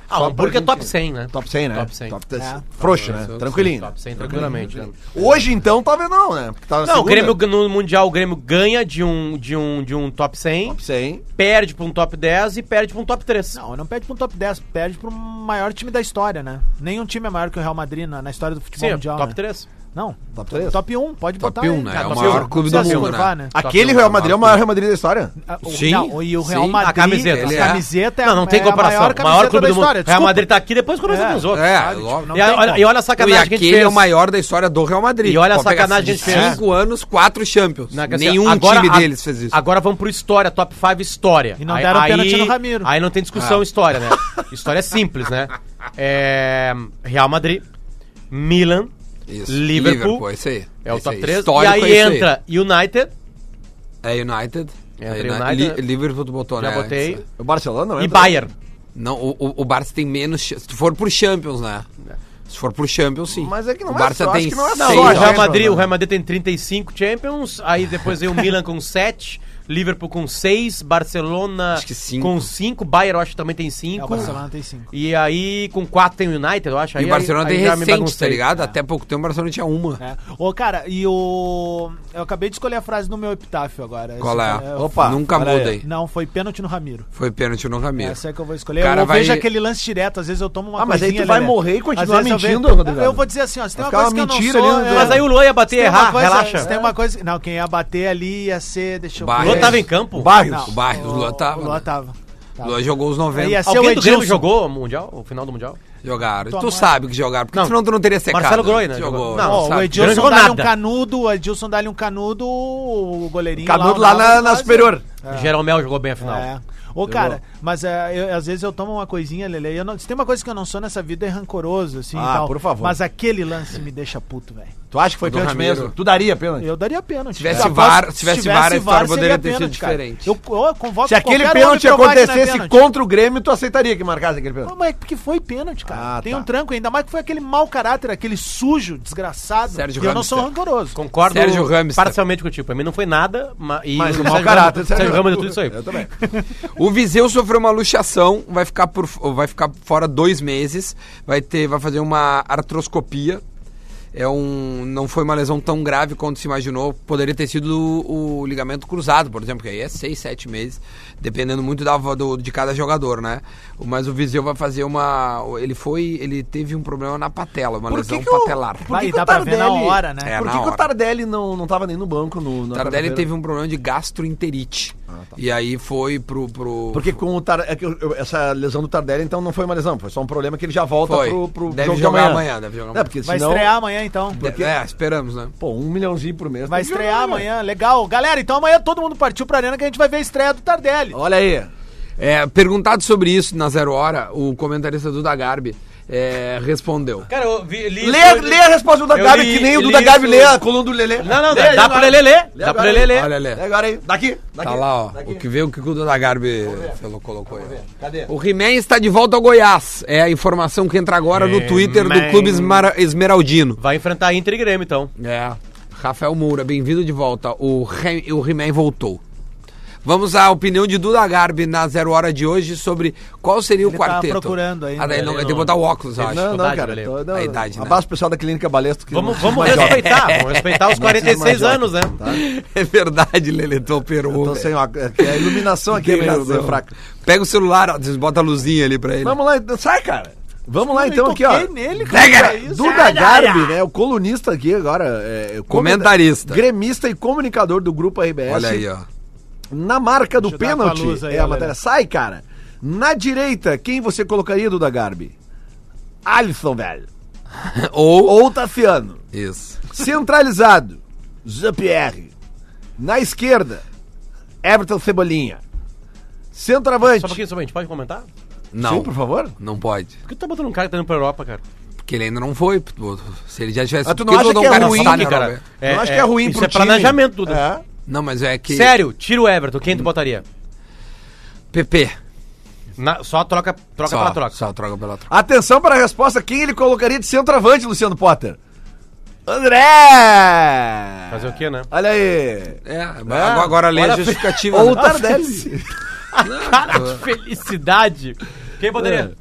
Speaker 5: Ah,
Speaker 3: Só
Speaker 5: o Hamburgo
Speaker 3: pra
Speaker 5: é top
Speaker 3: gente-
Speaker 5: 100, né?
Speaker 3: Top 100, né?
Speaker 5: Top 100.
Speaker 4: É.
Speaker 3: Frouxo, né? Tranquilinho.
Speaker 5: Top 100, tranquilamente. né?
Speaker 3: Hoje então, talvez não, né? Porque tá na
Speaker 5: Não, o
Speaker 3: segunda.
Speaker 5: Grêmio no Mundial, o Grêmio ganha de um, de um, de um top 100,
Speaker 3: Top 100.
Speaker 5: perde pra um top 10 e perde pra um top 3.
Speaker 4: Não, não perde pra um top 10, perde pro maior time da história, né? Nenhum time é maior que o Real Madrid na, na história do futebol
Speaker 5: Sim,
Speaker 4: mundial.
Speaker 5: top
Speaker 4: né?
Speaker 5: 3.
Speaker 4: Não,
Speaker 3: Top 3.
Speaker 4: top 1, pode
Speaker 1: Top
Speaker 4: botar.
Speaker 1: 1,
Speaker 4: aí.
Speaker 1: né?
Speaker 5: Ah,
Speaker 1: É o
Speaker 5: top
Speaker 1: maior
Speaker 5: um.
Speaker 1: clube do
Speaker 4: Não precisa
Speaker 1: mundo,
Speaker 4: survar,
Speaker 1: né?
Speaker 4: né?
Speaker 3: Aquele Real Madrid é o maior Real Madrid da história?
Speaker 4: Ah, o-
Speaker 1: Sim,
Speaker 4: não, e o Real
Speaker 1: sim.
Speaker 4: Madrid,
Speaker 5: A camiseta.
Speaker 1: Ele
Speaker 4: a
Speaker 1: é.
Speaker 4: camiseta é-
Speaker 5: Não, não tem
Speaker 4: é
Speaker 5: comparação.
Speaker 4: A
Speaker 5: maior,
Speaker 4: maior, camiseta
Speaker 5: clube
Speaker 4: da
Speaker 5: do mundo.
Speaker 4: história,
Speaker 5: Real
Speaker 4: desculpa.
Speaker 5: Madrid tá aqui, depois começa
Speaker 4: É.
Speaker 5: os outros.
Speaker 1: É,
Speaker 5: sabe?
Speaker 1: logo.
Speaker 5: e,
Speaker 4: tem
Speaker 5: olha,
Speaker 4: como.
Speaker 5: e olha a
Speaker 1: E
Speaker 5: sacanagem que a gente
Speaker 1: aquele
Speaker 5: fez.
Speaker 1: é o maior da história do Real Madrid.
Speaker 5: E olha a
Speaker 1: Pode pegar
Speaker 5: sacanagem
Speaker 1: assim,
Speaker 5: que a gente
Speaker 1: de
Speaker 5: fez.
Speaker 1: Cinco anos, quatro Champions.
Speaker 5: Na- assim,
Speaker 1: Nenhum
Speaker 5: agora
Speaker 1: time
Speaker 5: a-
Speaker 1: deles fez isso.
Speaker 5: Agora vamos pro história, top 5 história.
Speaker 4: E não deram pênalti no Ramiro.
Speaker 5: Aí não tem
Speaker 1: Ah.
Speaker 5: discussão história, né? história é simples, né? É, Real Madrid, Milan,
Speaker 1: Isso.
Speaker 5: Liverpool,
Speaker 1: é isso aí.
Speaker 5: é o
Speaker 1: Esse
Speaker 5: top
Speaker 1: aí.
Speaker 5: 3. E
Speaker 1: Histórico
Speaker 5: aí
Speaker 1: é isso aí.
Speaker 5: entra United
Speaker 1: É United.
Speaker 5: Entra
Speaker 1: É Uni-
Speaker 5: United,
Speaker 1: Li- Liverpool tu botou,
Speaker 5: Já
Speaker 1: né?
Speaker 5: botei.
Speaker 1: Isso.
Speaker 3: O Barcelona não
Speaker 5: e
Speaker 3: entra? né?
Speaker 5: Bayern.
Speaker 1: Não, o, o, o Barça tem menos... ch- Se tu for pro Champions, né?
Speaker 5: É.
Speaker 1: Se for pro Champions, sim.
Speaker 3: Mas é que não
Speaker 1: o
Speaker 3: é
Speaker 1: Barça
Speaker 3: só,
Speaker 1: tem
Speaker 3: acho que não é
Speaker 1: seis,
Speaker 3: só,
Speaker 5: Não, o
Speaker 3: Sim,
Speaker 5: Real
Speaker 3: Champions,
Speaker 5: Madrid,
Speaker 3: né?
Speaker 5: o Real Madrid tem 35 Champions, aí depois vem o Milan com 7, Liverpool com 6, Barcelona
Speaker 1: Acho que cinco.
Speaker 5: com 5, Bayern eu acho que também tem 5.
Speaker 4: É, o Barcelona tem cinco.
Speaker 5: E aí com 4 tem o United, eu acho.
Speaker 1: E
Speaker 5: aí,
Speaker 1: o Barcelona
Speaker 5: aí,
Speaker 1: tem
Speaker 5: aí já me
Speaker 1: recente, tá
Speaker 5: baguncei.
Speaker 1: ligado? Até pouco tempo o Barcelona tinha uma.
Speaker 4: É. Ô, cara, e o. Eu acabei de escolher a frase no meu epitáfio agora.
Speaker 1: Qual
Speaker 4: Esse-
Speaker 1: é?
Speaker 4: eu-
Speaker 3: Opa,
Speaker 1: Nunca
Speaker 3: pera
Speaker 1: muda
Speaker 3: aí.
Speaker 1: aí.
Speaker 4: Não, foi pênalti no Ramiro.
Speaker 1: Foi pênalti no Ramiro.
Speaker 4: Essa é que eu vou escolher.
Speaker 1: Cara,
Speaker 4: eu
Speaker 1: vai-
Speaker 4: vejo aquele lance direto, às vezes eu tomo uma
Speaker 3: Ah, mas aí
Speaker 4: coisinha,
Speaker 3: tu vai
Speaker 4: Lelé.
Speaker 3: morrer e
Speaker 4: Às
Speaker 3: continuar
Speaker 4: vezes eu
Speaker 3: mentindo,
Speaker 4: vejo-
Speaker 3: Rodrigo.
Speaker 4: Eu vou dizer assim, ó, se tem
Speaker 3: Vai ficar
Speaker 4: uma coisa que
Speaker 3: uma
Speaker 4: eu não
Speaker 3: mentira
Speaker 4: sou...
Speaker 3: ali,
Speaker 4: é-
Speaker 3: né?
Speaker 5: Mas aí o Luan ia bater
Speaker 4: se tem uma
Speaker 5: errar,
Speaker 4: coisa-
Speaker 5: relaxa.
Speaker 4: Se tem uma coisa... Não, quem ia bater ali ia ser... Deixa eu
Speaker 1: Barros.
Speaker 5: O
Speaker 4: ver.
Speaker 5: Luan tava em campo?
Speaker 3: Barrios.
Speaker 4: Não,
Speaker 1: O Barros, o Luan tava,
Speaker 4: O Luan
Speaker 1: né?
Speaker 4: tava. tava.
Speaker 1: Luan jogou os 90.
Speaker 4: Aí é ia ser o
Speaker 5: Alguém do Grêmio
Speaker 4: Edilson.
Speaker 5: jogou o Mundial? O final do Mundial?
Speaker 1: Jogaram.
Speaker 4: Tua
Speaker 1: tu
Speaker 4: mãe.
Speaker 1: sabe que jogaram, porque
Speaker 5: Não.
Speaker 1: senão tu não teria secado.
Speaker 5: Marcelo Groi, né?
Speaker 1: Jogou.
Speaker 5: Jogou. Não,
Speaker 4: Ó,
Speaker 1: sabe.
Speaker 4: o
Speaker 5: Não
Speaker 4: Edilson
Speaker 5: jogou
Speaker 4: dá-lhe um
Speaker 5: nada.
Speaker 4: canudo, o Edilson dá-lhe um canudo, o goleirinho
Speaker 3: Canudo
Speaker 4: o
Speaker 3: lá
Speaker 4: Naldo
Speaker 3: na, na
Speaker 4: faz,
Speaker 3: superior.
Speaker 5: Jeromel jogou bem a final.
Speaker 4: É. Ô, cara, mas é, eu- às vezes eu tomo uma coisinha, Lele. e Eu não, se tem uma coisa que eu não sou nessa vida é rancoroso, assim. e
Speaker 3: Ah,
Speaker 4: tal,
Speaker 3: por favor.
Speaker 4: Mas aquele lance me deixa puto, velho.
Speaker 3: Tu acha que foi
Speaker 1: Do
Speaker 3: pênalti
Speaker 1: Ramiro.
Speaker 3: mesmo? Tu daria pênalti?
Speaker 4: Eu daria pênalti.
Speaker 1: tivesse
Speaker 4: cara.
Speaker 1: VAR,
Speaker 4: Aposto que
Speaker 1: se tivesse VAR, a história
Speaker 4: seria
Speaker 1: poderia ter sido
Speaker 4: pênalti, cara.
Speaker 1: diferente.
Speaker 4: Eu, eu convoco
Speaker 3: Se aquele
Speaker 4: qualquer
Speaker 3: né, pênalti
Speaker 4: homem pra provar que não é
Speaker 3: acontecesse
Speaker 4: pênalti.
Speaker 3: contra o Grêmio, tu aceitaria que marcasse aquele pênalti?
Speaker 4: Não, mas é porque foi pênalti, cara.
Speaker 3: Ah,
Speaker 4: Tem
Speaker 3: tá.
Speaker 4: um tranco, ainda mais que foi aquele mau caráter, aquele sujo, desgraçado.
Speaker 1: Sérgio então.
Speaker 4: e eu não
Speaker 1: Hamster.
Speaker 4: sou rancoroso.
Speaker 5: Concordo
Speaker 1: Sérgio Hamster.
Speaker 5: parcialmente contigo. Pra mim não foi nada, ma- e
Speaker 3: Mas o
Speaker 5: Sérgio
Speaker 3: mau caráter,
Speaker 5: Ramos- Sérgio Ramos é tudo isso aí.
Speaker 3: Eu também.
Speaker 1: O Viseu sofreu uma luxação, vai ficar, por, vai ficar fora dois meses, vai, ter, vai fazer uma artroscopia. É um, não foi uma lesão tão grave quanto se imaginou. Poderia ter sido o, o ligamento cruzado, por exemplo, que aí é seis, sete meses, dependendo muito da, vo- do- de cada jogador, né? O- Mas o Viseu vai fazer uma. Ele foi. Ele teve um problema na patela, uma
Speaker 3: Por que
Speaker 1: lesão
Speaker 3: que o-
Speaker 1: é um patelar.
Speaker 3: Por
Speaker 4: Vai,
Speaker 3: que,
Speaker 4: e
Speaker 3: que
Speaker 4: dá
Speaker 3: o
Speaker 4: pra ver
Speaker 3: Tardelli...
Speaker 4: na hora, né?
Speaker 1: É,
Speaker 3: Por
Speaker 1: na
Speaker 3: que, que
Speaker 1: hora.
Speaker 3: o Tardelli não, não tava nem no banco? No, na
Speaker 1: Tardelli
Speaker 3: quarta-feira? Ah, tá.
Speaker 1: teve um problema de gastroenterite. E aí foi pro. pro
Speaker 3: Porque com o Tar... é que eu- eu- essa lesão do Tardelli, então, não foi uma lesão. Foi só um problema que ele já volta
Speaker 1: Foi.
Speaker 3: pro, pro
Speaker 1: Deve
Speaker 3: jogo de
Speaker 1: jogar
Speaker 3: amanhã.
Speaker 1: amanhã, deve jogar
Speaker 3: É,
Speaker 1: amanhã.
Speaker 3: porque
Speaker 4: Vai
Speaker 3: senão...
Speaker 4: estrear amanhã, então.
Speaker 1: Porque... É, esperamos, né?
Speaker 3: Pô, um milhãozinho por mês.
Speaker 4: Vai
Speaker 3: tem que
Speaker 4: estrear
Speaker 3: jogar, né?
Speaker 4: amanhã, legal. Galera, então amanhã todo mundo partiu pra arena que a gente vai ver a estreia do Tardelli.
Speaker 3: Olha aí.
Speaker 1: É, perguntado sobre isso na Zero Hora, o comentarista Duda Garbi é, respondeu.
Speaker 5: Cara, eu vi, li
Speaker 3: Lê,
Speaker 5: isso-
Speaker 3: lê a resposta do Duda
Speaker 5: Eu
Speaker 3: Gabi,
Speaker 5: li-
Speaker 3: que nem o
Speaker 5: li
Speaker 3: Duda
Speaker 5: isso-
Speaker 3: Gabi lê a coluna do Lelê.
Speaker 5: Não, não,
Speaker 3: Lê
Speaker 5: dá,
Speaker 3: aí
Speaker 5: dá
Speaker 3: agora.
Speaker 5: pra lê,
Speaker 3: Lê
Speaker 5: Dá
Speaker 3: agora
Speaker 5: pra
Speaker 3: aí.
Speaker 5: lê,
Speaker 1: Olha ali.
Speaker 3: Lê agora aí. Daqui, daqui.
Speaker 1: Tá lá, ó.
Speaker 3: daqui.
Speaker 1: O que veio o que o Duda Garbi falou- colocou aí.
Speaker 3: Cadê?
Speaker 1: O He-Man está de volta ao Goiás. É a informação que entra agora no Twitter do
Speaker 5: He-Man.
Speaker 1: Clube Esmara- Esmeraldino.
Speaker 5: Vai enfrentar Inter e Grêmio, então.
Speaker 1: É. Rafael Moura, bem-vindo de volta. O He- o He-Man voltou. Vamos à opinião de Duda Garbi na Zero Hora de hoje sobre qual seria o
Speaker 4: Ele tá
Speaker 1: quarteto.
Speaker 4: procurando ainda.
Speaker 1: Ah, daí não,
Speaker 5: Ele
Speaker 1: tem que
Speaker 5: não-
Speaker 1: botar o óculos, acho.
Speaker 3: Não, não,
Speaker 5: dificuldade,
Speaker 3: cara.
Speaker 5: Lelê.
Speaker 3: tô- não,
Speaker 1: A idade, né?
Speaker 3: Abraço pro pessoal da Clínica Balesto. Que
Speaker 5: Vamos,
Speaker 3: não-
Speaker 5: vamos
Speaker 3: mais jovem.
Speaker 5: respeitar, vamos respeitar os 46
Speaker 3: Não,
Speaker 5: anos, né?
Speaker 1: É verdade, Lelê, tu operou.
Speaker 3: Tô
Speaker 1: velho.
Speaker 3: sem óculos. é que A iluminação aqui é meio meio
Speaker 1: Razão.
Speaker 3: fraca.
Speaker 1: Pega o celular, ó, vocês botam a luzinha ali pra ele.
Speaker 3: Vamos lá, então, sai, cara. Vamos lá, então,
Speaker 4: Eu
Speaker 3: aqui, ó.
Speaker 4: toquei Nele,
Speaker 1: Pega!
Speaker 4: que é isso?
Speaker 3: Duda Garbi, né? O colunista aqui agora. É, é,
Speaker 1: Comentarista.
Speaker 3: comenta- Gremista e comunicador do Grupo RBS.
Speaker 1: Olha aí, ó.
Speaker 3: Na marca do
Speaker 4: Deixa eu dar com a
Speaker 3: pênalti.
Speaker 4: luz aí,
Speaker 3: é a
Speaker 4: Helena.
Speaker 3: matéria. Sai, cara. Na direita, quem você colocaria, Duda Garbi? Alisson, velho.
Speaker 1: Ou.
Speaker 3: Ou Tassiano.
Speaker 1: Isso.
Speaker 3: Centralizado, Jean-Pierre. Na esquerda, Everton Cebolinha. Centroavante.
Speaker 5: Só um pouquinho, só um pouquinho, pode comentar? Por
Speaker 1: Não.
Speaker 3: Sim, por favor.
Speaker 1: Não pode.
Speaker 5: que tu tá botando um cara que tá indo pra Europa, cara?
Speaker 1: Porque ele ainda não foi. pô. Se ele já tivesse.
Speaker 3: Ah, tu não
Speaker 1: Por
Speaker 3: acha
Speaker 1: botou
Speaker 3: que é
Speaker 1: um cara
Speaker 3: ruim,
Speaker 1: que tá na
Speaker 5: cara?
Speaker 1: Europa?
Speaker 5: É,
Speaker 3: Eu acho
Speaker 5: é,
Speaker 3: que é ruim
Speaker 5: isso
Speaker 3: pro
Speaker 5: é planejamento, Duda.
Speaker 3: É.
Speaker 1: Não, mas é que.
Speaker 5: Sério, tira o Everton, quem tu botaria?
Speaker 1: PP.
Speaker 5: Na- só troca, troca
Speaker 1: Só,
Speaker 5: pela troca.
Speaker 1: Só troca pela troca.
Speaker 3: Atenção para a resposta. Quem ele colocaria de centroavante, Luciano Potter? André!
Speaker 5: Fazer o quê, né?
Speaker 3: Olha aí.
Speaker 1: É, agora, agora lê a
Speaker 5: Olha-
Speaker 1: justificativa.
Speaker 3: Ou o
Speaker 1: né?
Speaker 5: Ah,
Speaker 3: Tardelli.
Speaker 5: Cara, que felicidade! Quem
Speaker 1: É.
Speaker 5: botaria?
Speaker 3: É.
Speaker 4: É.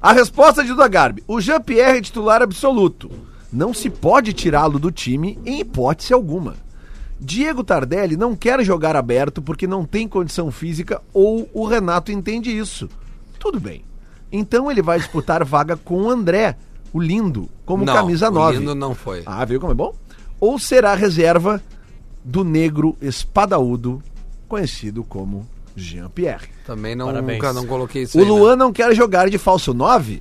Speaker 3: A resposta de Duda Garbi. O Jean-Pierre é titular absoluto. Não se pode tirá-lo do time em hipótese alguma. Diego Tardelli não quer jogar aberto porque não tem condição física ou o Renato entende isso. Tudo bem. Então ele vai disputar vaga com o André, o lindo, como
Speaker 1: Não,
Speaker 3: camisa
Speaker 1: o
Speaker 3: 9.
Speaker 1: Lindo não foi.
Speaker 3: Ah, viu como é bom? Ou será reserva do negro espadaúdo, conhecido como Jean-Pierre.
Speaker 1: Também não,
Speaker 5: Parabéns.
Speaker 1: nunca não coloquei isso
Speaker 3: O
Speaker 1: aí, né?
Speaker 3: Luan não quer jogar de falso 9?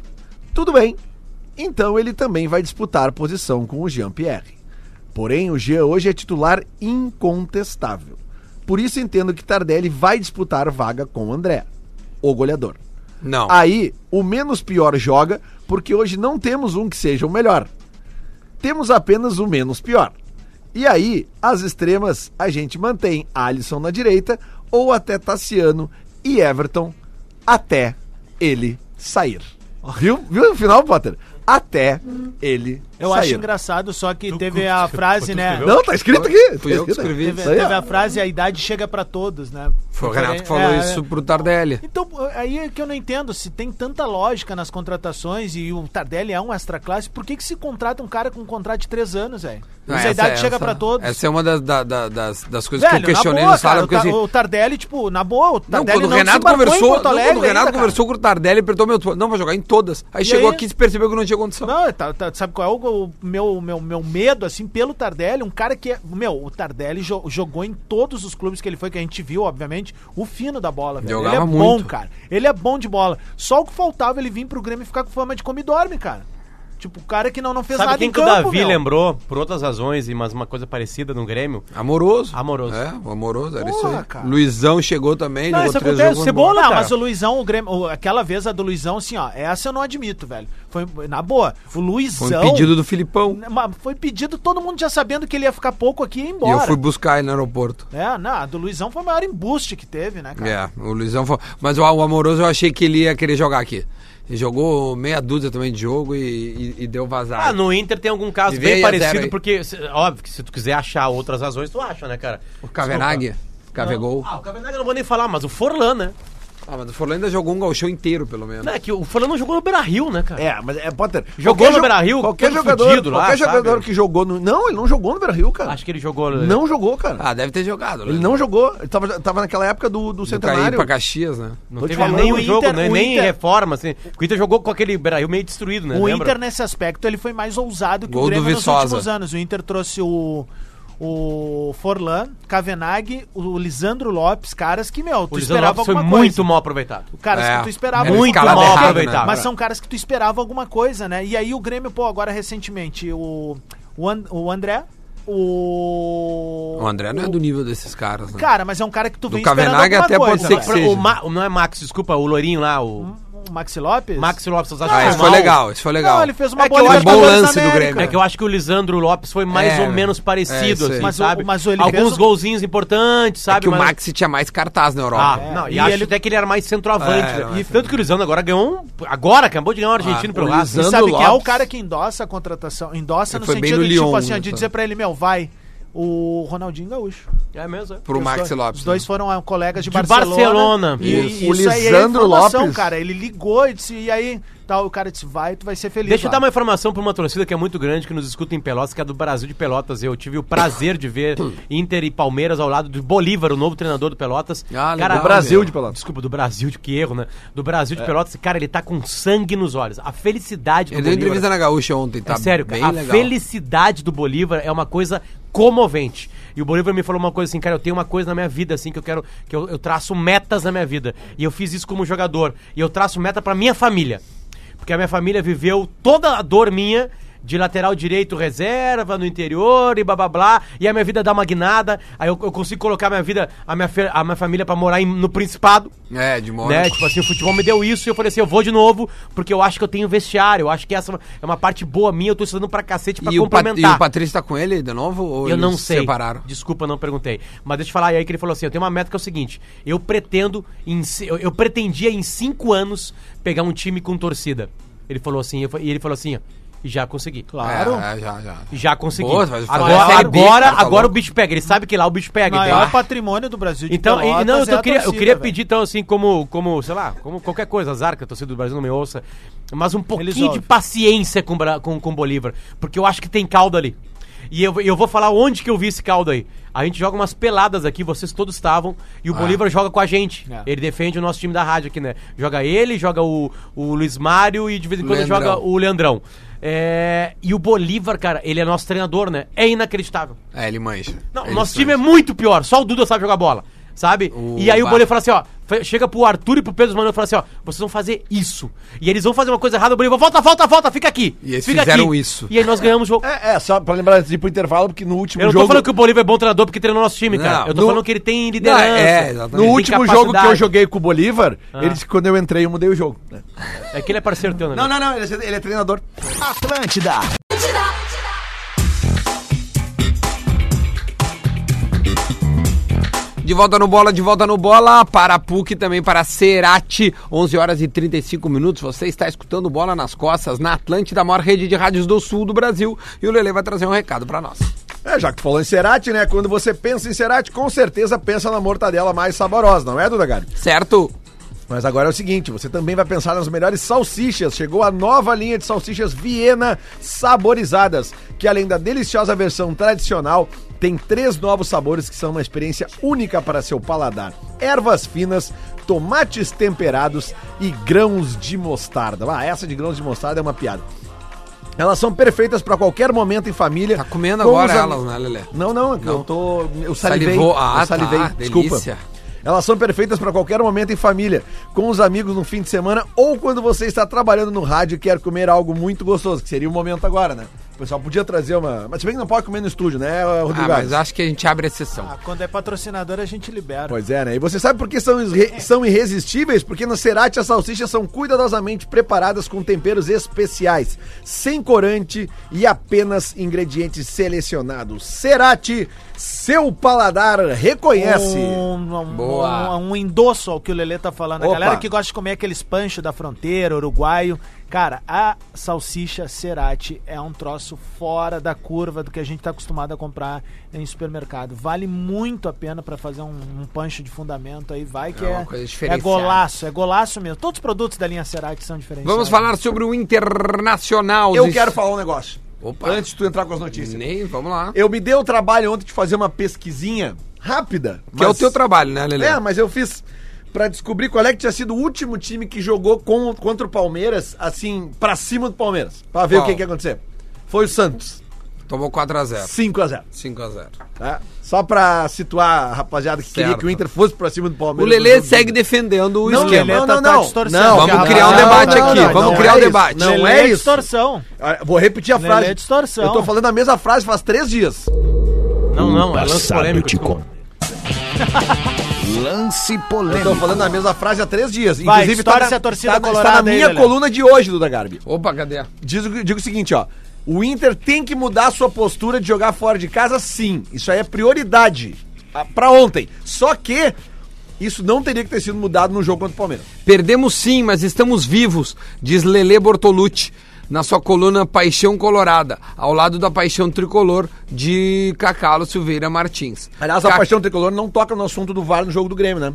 Speaker 3: Tudo bem. Então ele também vai disputar posição com o Jean-Pierre. Porém, o Jean hoje é titular incontestável. Por isso entendo que Tardelli vai disputar vaga com o André, o goleador.
Speaker 1: Não.
Speaker 3: Aí, o menos pior joga, porque hoje não temos um que seja o melhor. Temos apenas o menos pior. E aí, as extremas, a gente mantém Alisson na direita, ou até Tassiano e Everton, até ele sair. Viu? Viu no final, Potter? até ele
Speaker 4: Eu acho engraçado, só que teve a frase, né?
Speaker 3: Não, tá escrito aqui.
Speaker 1: Fui eu que escrevi.
Speaker 4: Teve,
Speaker 3: Isso aí,
Speaker 4: teve
Speaker 3: ó.
Speaker 4: a frase, a idade chega pra todos, né?
Speaker 1: Foi o Renato que falou
Speaker 4: É,
Speaker 1: isso pro Tardelli.
Speaker 4: Então, aí é que eu não entendo, se tem tanta lógica nas contratações e o Tardelli é um extra classe, por que que se contrata um cara com um contrato de três anos, velho?
Speaker 1: Não,
Speaker 4: Essa, idade chega pra todos.
Speaker 1: Essa é uma das, da- da- das, das coisas
Speaker 4: Velho,
Speaker 1: que eu questionei
Speaker 4: na boa,
Speaker 1: no sala,
Speaker 4: cara,
Speaker 1: porque
Speaker 4: o, Ta-
Speaker 1: assim.
Speaker 4: o Tardelli, tipo, na boa, o
Speaker 1: Não,
Speaker 4: Tardelli
Speaker 1: quando o Renato
Speaker 4: desembarcou em
Speaker 1: conversou,
Speaker 4: Porto
Speaker 1: não, quando o
Speaker 4: Alegre
Speaker 1: Renato
Speaker 4: ainda, cara.
Speaker 1: conversou com o Tardelli, apertou meu não, vai jogar em todas. Aí
Speaker 4: E
Speaker 1: chegou
Speaker 4: aí?
Speaker 1: aqui e percebeu que não tinha condição.
Speaker 4: Não, tá, tá- sabe qual é o, o meu, meu, meu medo, assim, pelo Tardelli? Um cara que é. Meu, o Tardelli jo- jogou em todos os clubes que ele foi, que a gente viu, obviamente, o fino da bola, velho.
Speaker 1: Jogava
Speaker 4: ele é bom,
Speaker 1: muito.
Speaker 4: cara. Ele é bom de bola. Só o que faltava ele vir pro Grêmio e ficar com fama de come e dorme, cara. Tipo, o cara que não, não fez
Speaker 5: Sabe
Speaker 4: nada
Speaker 5: quem
Speaker 4: em
Speaker 5: que o
Speaker 4: campo,
Speaker 5: Davi
Speaker 4: meu.
Speaker 5: lembrou, por outras razões, e mas uma coisa parecida no Grêmio?
Speaker 1: Amoroso.
Speaker 5: Amoroso.
Speaker 1: É, o amoroso, era
Speaker 4: Porra,
Speaker 1: isso aí.
Speaker 4: cara.
Speaker 1: Luizão chegou também,
Speaker 5: Não,
Speaker 1: jogou
Speaker 5: isso
Speaker 1: três
Speaker 5: acontece,
Speaker 1: jogos.
Speaker 5: Cebola-
Speaker 4: é Não,
Speaker 5: cara.
Speaker 4: mas o Luizão, o Grêmio, o- aquela vez a do Luizão, assim, ó, essa eu não admito, velho. Foi, na boa, o Luizão...
Speaker 1: Foi um pedido do Filipão.
Speaker 4: Mas Foi pedido, todo mundo já sabendo que ele ia ficar pouco aqui e ia
Speaker 1: E
Speaker 4: embora.
Speaker 1: eu fui buscar ele no aeroporto.
Speaker 4: É, não, a do Luizão foi o maior embuste que teve, né, cara?
Speaker 1: É, o Luizão foi. Mas o, o Amoroso eu achei que ele ia querer jogar aqui. Ele jogou meia dúzia também de jogo e, e- e deu vazar.
Speaker 5: Ah, no Inter tem algum caso
Speaker 1: E
Speaker 5: bem
Speaker 1: veio a zero
Speaker 5: parecido,
Speaker 1: aí.
Speaker 5: porque, se- óbvio, que se tu quiser achar outras razões, tu acha, né, cara?
Speaker 1: O Cavenaghi. Cavegol.
Speaker 5: Ah, o Cavenaghi eu não vou nem falar, mas o Forlan, né?
Speaker 1: Ah, mas o Forlan ainda jogou um galchão inteiro, pelo menos.
Speaker 5: Não, é que o Forlan não jogou no Beira-Rio, né, cara?
Speaker 3: É, mas é Potter.
Speaker 5: Jogou
Speaker 3: qualquer
Speaker 5: no
Speaker 3: jo-
Speaker 5: Beira-Rio,
Speaker 3: Qualquer
Speaker 5: todo
Speaker 3: jogador,
Speaker 5: fudido lá,
Speaker 3: qualquer
Speaker 5: sabe?
Speaker 3: jogador que jogou no. Não, ele não jogou no Beira Rio, cara.
Speaker 5: Acho que ele jogou... né?
Speaker 3: Não jogou, cara.
Speaker 1: Ah, deve ter jogado. né?
Speaker 3: Ele não jogou. Ele tava, tava naquela época do, do
Speaker 1: Do Caí
Speaker 3: centenário.
Speaker 1: pra Caxias, né?
Speaker 5: Não
Speaker 3: Tô
Speaker 5: teve
Speaker 3: te falando,
Speaker 5: nem
Speaker 4: o
Speaker 5: um jogo,
Speaker 4: Inter-
Speaker 5: né?
Speaker 4: o
Speaker 5: nem
Speaker 4: Inter-
Speaker 5: reforma, assim. Porque o Inter jogou com aquele Beira-Rio meio destruído, né?
Speaker 4: O
Speaker 5: Lembra?
Speaker 4: Inter, nesse aspecto, ele foi mais ousado que
Speaker 1: Gol
Speaker 4: o
Speaker 1: do
Speaker 4: Grêmio nos
Speaker 1: Viçosa.
Speaker 4: últimos anos. O Inter trouxe o, o Forlan, Kavenag, o Lisandro Lopes, caras que, meu, tu
Speaker 5: O Lisandro
Speaker 4: esperava
Speaker 5: Lopes foi
Speaker 4: alguma
Speaker 5: muito
Speaker 4: coisa.
Speaker 5: mal aproveitado.
Speaker 4: Caras
Speaker 1: É,
Speaker 4: que tu esperava
Speaker 1: era
Speaker 5: Muito
Speaker 1: escalado
Speaker 5: mal
Speaker 1: errado, né?
Speaker 5: aproveitado.
Speaker 4: Mas são caras que tu esperava alguma coisa, né? E aí o Grêmio, pô, agora recentemente, o, o, And- o André, o...
Speaker 1: O André não é do nível desses caras, né?
Speaker 4: Cara, mas é um cara que tu
Speaker 1: Do
Speaker 4: vem esperando
Speaker 1: Kavenag
Speaker 4: alguma
Speaker 1: até pode
Speaker 4: coisa.
Speaker 1: ser
Speaker 4: né?
Speaker 1: que seja.
Speaker 5: O Ma- Não é Max, desculpa, o loirinho lá, o
Speaker 4: O Maxi Lopes?
Speaker 5: Max Lopes. vocês acham
Speaker 1: ah,
Speaker 5: que
Speaker 1: esse foi
Speaker 5: mal?
Speaker 1: legal, esse foi legal.
Speaker 4: Não, ele fez uma
Speaker 5: É que
Speaker 4: boa
Speaker 5: eu acho que o
Speaker 4: Libertadores
Speaker 1: lance
Speaker 4: da
Speaker 1: do
Speaker 4: América.
Speaker 1: Grêmio né?
Speaker 5: É que eu acho que o Lisandro Lopes foi mais
Speaker 1: É,
Speaker 5: ou menos
Speaker 1: é
Speaker 5: parecido,
Speaker 1: isso aí.
Speaker 5: assim,
Speaker 4: Mas o-
Speaker 5: sabe?
Speaker 4: mas o- ele
Speaker 5: Alguns
Speaker 4: fez um-
Speaker 5: golzinhos importantes, sabe?
Speaker 1: É que o
Speaker 5: Mas-
Speaker 1: Maxi tinha mais cartaz na
Speaker 5: Ah,
Speaker 1: Europa. né?
Speaker 4: É.
Speaker 5: não, e,
Speaker 4: E
Speaker 5: acho
Speaker 4: ele-
Speaker 5: até que ele era mais centroavante.
Speaker 1: É,
Speaker 5: né?
Speaker 1: não,
Speaker 5: E tanto que o Lisandro agora ganhou um... Agora, acabou de ganhar um argentino
Speaker 1: Ah,
Speaker 5: pelo
Speaker 1: o
Speaker 5: Vasco.
Speaker 1: Lisandro-
Speaker 4: E sabe quem é o
Speaker 1: Lopes.
Speaker 4: cara que endossa a contratação? Endossa
Speaker 1: Ele
Speaker 4: no
Speaker 1: foi bem
Speaker 4: sentido
Speaker 1: no
Speaker 4: de,
Speaker 1: Lyon,
Speaker 4: tipo assim, ó, de
Speaker 1: né,
Speaker 4: dizer
Speaker 1: sabe?
Speaker 4: pra ele, meu, vai. O Ronaldinho Gaúcho.
Speaker 5: É mesmo, é.
Speaker 1: Pro
Speaker 4: Os
Speaker 1: Maxi
Speaker 4: dois-
Speaker 1: Lopes.
Speaker 4: Os dois foram ah, colegas de,
Speaker 5: De Barcelona.
Speaker 4: Barcelona. E,
Speaker 3: né? Isso.
Speaker 4: e
Speaker 3: O
Speaker 4: isso aí é
Speaker 3: Lisandro
Speaker 4: informação,
Speaker 3: Lopes.
Speaker 4: cara. Ele ligou e disse, e aí? Tal, o cara disse, vai, tu vai ser feliz.
Speaker 5: Deixa eu
Speaker 4: lá.
Speaker 5: dar uma informação pra uma torcida que é muito grande, que nos escuta em Pelotas, que é do Brasil de Pelotas. Eu tive o prazer de ver Inter e Palmeiras ao lado do Bolívar, o novo treinador do Pelotas.
Speaker 1: Ah, legal,
Speaker 3: Do Brasil
Speaker 1: meu.
Speaker 3: de Pelotas.
Speaker 5: Desculpa, do Brasil, de que erro, né? Do Brasil de Pelotas, cara, ele tá com sangue nos olhos. A felicidade do
Speaker 1: É. Ele deu entrevista na Gaúcha ontem, tá?
Speaker 5: é sério,
Speaker 1: bem
Speaker 5: cara, a
Speaker 1: legal.
Speaker 5: felicidade do Bolívar é uma coisa comovente. E o Bolívar me falou uma coisa assim, cara, eu tenho uma coisa na minha vida assim que eu quero, que eu, eu traço metas na minha vida. E eu fiz isso como jogador. E eu traço meta pra minha família, porque a minha família viveu toda a dor minha de lateral direito reserva no interior e blá blá blá, e a minha vida dá uma guinada, aí eu, eu consigo colocar a minha vida, a minha, fe- a minha família pra morar em- no Principado,
Speaker 1: É, de
Speaker 5: né?
Speaker 1: Mônaco.
Speaker 5: Tipo assim, o futebol me deu isso e eu falei assim, eu vou de novo, porque eu acho que eu tenho vestiário, eu acho que essa é uma parte boa minha, eu tô estudando pra cacete pra
Speaker 1: e, o Pat- e
Speaker 5: complementar.
Speaker 1: o Patrício tá com ele de novo? Ou
Speaker 5: eu
Speaker 1: eles
Speaker 5: não
Speaker 1: se
Speaker 5: sei.
Speaker 1: Separaram?
Speaker 5: Desculpa, não perguntei. Mas deixa eu falar aí que ele falou assim: eu tenho uma meta que é o seguinte: eu pretendo, em ci- eu, eu pretendia em cinco anos pegar um time com torcida. Ele falou assim, eu fa- e ele falou assim, ó, e já consegui.
Speaker 4: Claro.
Speaker 1: É, é, já, já.
Speaker 5: Já consegui.
Speaker 1: Boa, mas fazer
Speaker 5: agora
Speaker 1: a Série B,
Speaker 5: agora,
Speaker 1: cara, tá
Speaker 5: agora o
Speaker 1: louco.
Speaker 5: bicho pega. Ele sabe que lá o bicho pega. entendeu?
Speaker 3: Ah.
Speaker 4: maior patrimônio do Brasil de
Speaker 5: Então, e-
Speaker 4: Pelotas
Speaker 5: e não, eu,
Speaker 4: é
Speaker 5: tô-
Speaker 4: a
Speaker 5: queria, eu
Speaker 4: torcida,
Speaker 5: queria
Speaker 4: velho.
Speaker 5: pedir, então, assim, como, como, sei lá, como qualquer coisa, azar que a torcida do Brasil não me ouça, mas um pouquinho de
Speaker 4: ouvem.
Speaker 5: paciência com o Bra- com, com o Bolívar, porque eu acho que tem caldo ali. E eu, eu vou falar onde que eu vi esse caldo aí. A gente joga umas peladas aqui, vocês todos estavam, e o Bolívar joga com a gente.
Speaker 4: Ah. É.
Speaker 5: Ele defende o nosso time da rádio aqui, né? Joga ele, joga o, o Luiz Mário e de vez em quando
Speaker 1: Leandrão.
Speaker 5: joga o Leandrão. É, e o Bolívar, cara, ele é nosso treinador, né? É inacreditável.
Speaker 1: É, ele mancha.
Speaker 5: Não,
Speaker 1: Ele
Speaker 5: nosso
Speaker 1: mancha.
Speaker 5: time é muito pior. Só o Duda sabe jogar bola, sabe?
Speaker 1: O
Speaker 5: e aí o
Speaker 1: Bar-
Speaker 5: Bolívar fala assim, ó. fe- Chega pro Arthur e pro Pedro Manoel e fala assim, ó. Vocês vão fazer isso. E eles vão fazer uma coisa errada. O Bolívar, volta, volta, volta, fica aqui.
Speaker 1: E eles
Speaker 5: fica
Speaker 1: fizeram isso. um
Speaker 5: E aí nós ganhamos o jogo.
Speaker 3: É, é, só pra lembrar antes de ir pro intervalo, porque no último
Speaker 5: Eu não tô
Speaker 3: jogo.
Speaker 5: falando que o Bolívar é bom treinador porque treinou nosso time, cara.
Speaker 1: Não,
Speaker 5: Eu tô
Speaker 1: no-
Speaker 5: falando que ele tem liderança.
Speaker 1: Não, é,
Speaker 5: ele
Speaker 1: exatamente.
Speaker 5: tem
Speaker 3: No último jogo que eu
Speaker 5: capacidade. Ah.
Speaker 3: joguei com o Bolívar, ele disse que quando eu entrei eu mudei o jogo.
Speaker 5: É que ele é parceiro teu, né?
Speaker 3: não, não, ele é, ele é treinador.
Speaker 2: Atlântida.
Speaker 1: De volta no bola, de volta no bola. Para a PUC também, para a Cerati. 11 horas e 35 minutos. Você está escutando Bola nas Costas na Atlântida, a maior rede de rádios do sul do Brasil. E o Lele vai trazer um recado para nós.
Speaker 3: É, já que tu falou em Cerati, né? Quando você pensa em Cerati, com certeza pensa na mortadela mais saborosa, não é, Duda Garbi?
Speaker 1: Certo?
Speaker 3: Mas agora é o seguinte, você também vai pensar nas melhores salsichas. Chegou a nova linha de salsichas Viena saborizadas, que além da deliciosa versão tradicional, tem três novos sabores que são uma experiência única para seu paladar. Ervas finas, tomates temperados e grãos de mostarda. Ah, essa de grãos de mostarda é uma piada. Elas são perfeitas para qualquer momento em família.
Speaker 1: Tá comendo
Speaker 3: com
Speaker 1: agora
Speaker 3: os am-
Speaker 1: elas, né, Lele?
Speaker 3: Não, não, eu tô. Eu salivei.
Speaker 1: Salivou. Ah,
Speaker 3: eu salivei.
Speaker 1: tá,
Speaker 3: Desculpa.
Speaker 1: delícia.
Speaker 3: Elas são perfeitas para qualquer momento em família, com os amigos no fim de semana ou quando você está trabalhando no rádio e quer comer algo muito gostoso, que seria o momento agora, né? O pessoal podia trazer uma. Mas se bem que não pode comer no estúdio, né, Rodrigo?
Speaker 1: Ah,
Speaker 3: Alves?
Speaker 1: mas acho que a gente abre exceção.
Speaker 4: Ah, quando é patrocinador, a gente libera.
Speaker 3: Pois é, né? E você sabe por que são, irre-
Speaker 1: É.
Speaker 3: são irresistíveis? Porque na Cerati as salsichas são cuidadosamente preparadas com temperos especiais, sem corante e apenas ingredientes selecionados. Cerati, seu paladar reconhece.
Speaker 4: Um, um,
Speaker 1: Boa.
Speaker 4: Um, um endosso ao que o Lelê tá falando.
Speaker 3: Opa.
Speaker 4: A galera que gosta de comer aqueles pancho da fronteira, uruguaio. Cara, a salsicha Cerati é um troço fora da curva do que a gente tá acostumado a comprar em supermercado. Vale muito a pena pra fazer um, um pancho de fundamento aí. Vai que
Speaker 1: É
Speaker 4: é,
Speaker 1: uma coisa diferenciada.
Speaker 4: é golaço, é golaço mesmo. Todos os produtos da linha Cerati são diferentes.
Speaker 1: Vamos falar sobre o Internacional.
Speaker 3: é. Eu quero falar um negócio.
Speaker 1: Opa.
Speaker 3: Antes de tu entrar com as notícias.
Speaker 1: Nem, vamos lá.
Speaker 3: Eu me dei o trabalho ontem de fazer uma pesquisinha rápida.
Speaker 1: Que é o teu trabalho, né, Lele?
Speaker 3: É, mas eu fiz pra descobrir qual é que tinha sido o último time que jogou com- contra o Palmeiras, assim, pra cima do Palmeiras, Pra ver
Speaker 1: Qual?
Speaker 3: o que, que ia acontecer. Foi o Santos,
Speaker 1: Tomou 4x0.
Speaker 3: 5 a 0
Speaker 1: 5x0.
Speaker 3: tá? Só pra situar a rapaziada que queria
Speaker 1: Certo.
Speaker 3: que o Inter fosse pra cima do
Speaker 1: O
Speaker 3: Palmeiras. no
Speaker 1: Lele
Speaker 3: jogo.
Speaker 1: segue defendendo o
Speaker 3: não,
Speaker 1: esquema.
Speaker 3: não, não,
Speaker 4: Tá- tá
Speaker 3: não,
Speaker 4: distorcendo.
Speaker 3: não,
Speaker 1: Vamos
Speaker 3: não,
Speaker 1: criar um
Speaker 3: não,
Speaker 1: debate
Speaker 3: não,
Speaker 1: aqui,
Speaker 3: não,
Speaker 1: vamos
Speaker 3: não
Speaker 1: criar
Speaker 3: é
Speaker 1: um
Speaker 3: isso,
Speaker 1: debate.
Speaker 3: Não é isso.
Speaker 4: distorção.
Speaker 3: Ah, Vou repetir a
Speaker 4: Lelê
Speaker 3: frase.
Speaker 4: é distorção.
Speaker 3: Eu tô falando a mesma frase faz três dias.
Speaker 5: Não, não, é lance
Speaker 6: Passado
Speaker 5: polêmico.
Speaker 6: te
Speaker 5: desculpa.
Speaker 6: conto. Lance
Speaker 3: Eu tô
Speaker 6: polêmico.
Speaker 3: falando a mesma frase há três dias.
Speaker 4: Vai,
Speaker 3: Inclusive,
Speaker 4: torce
Speaker 3: tá na,
Speaker 4: a torcida
Speaker 3: tá na- está na
Speaker 4: colorada aí,
Speaker 3: minha
Speaker 4: Lelê.
Speaker 3: coluna de hoje, Duda Garbi.
Speaker 1: Opa, cadê?
Speaker 3: Diz, o- digo o seguinte, ó. O Inter tem que mudar a sua postura de jogar fora de casa, sim. Isso aí é prioridade ah, pra ontem. Só que isso não teria que ter sido mudado no jogo contra o Palmeiras.
Speaker 1: Perdemos sim, mas estamos vivos, diz Lele Bortolucci na sua coluna Paixão Colorada, ao lado da Paixão Tricolor de Cacalo Silveira Martins.
Speaker 3: Aliás, a
Speaker 1: Ca-
Speaker 3: paixão tricolor não toca no assunto do VAR no jogo do Grêmio, né?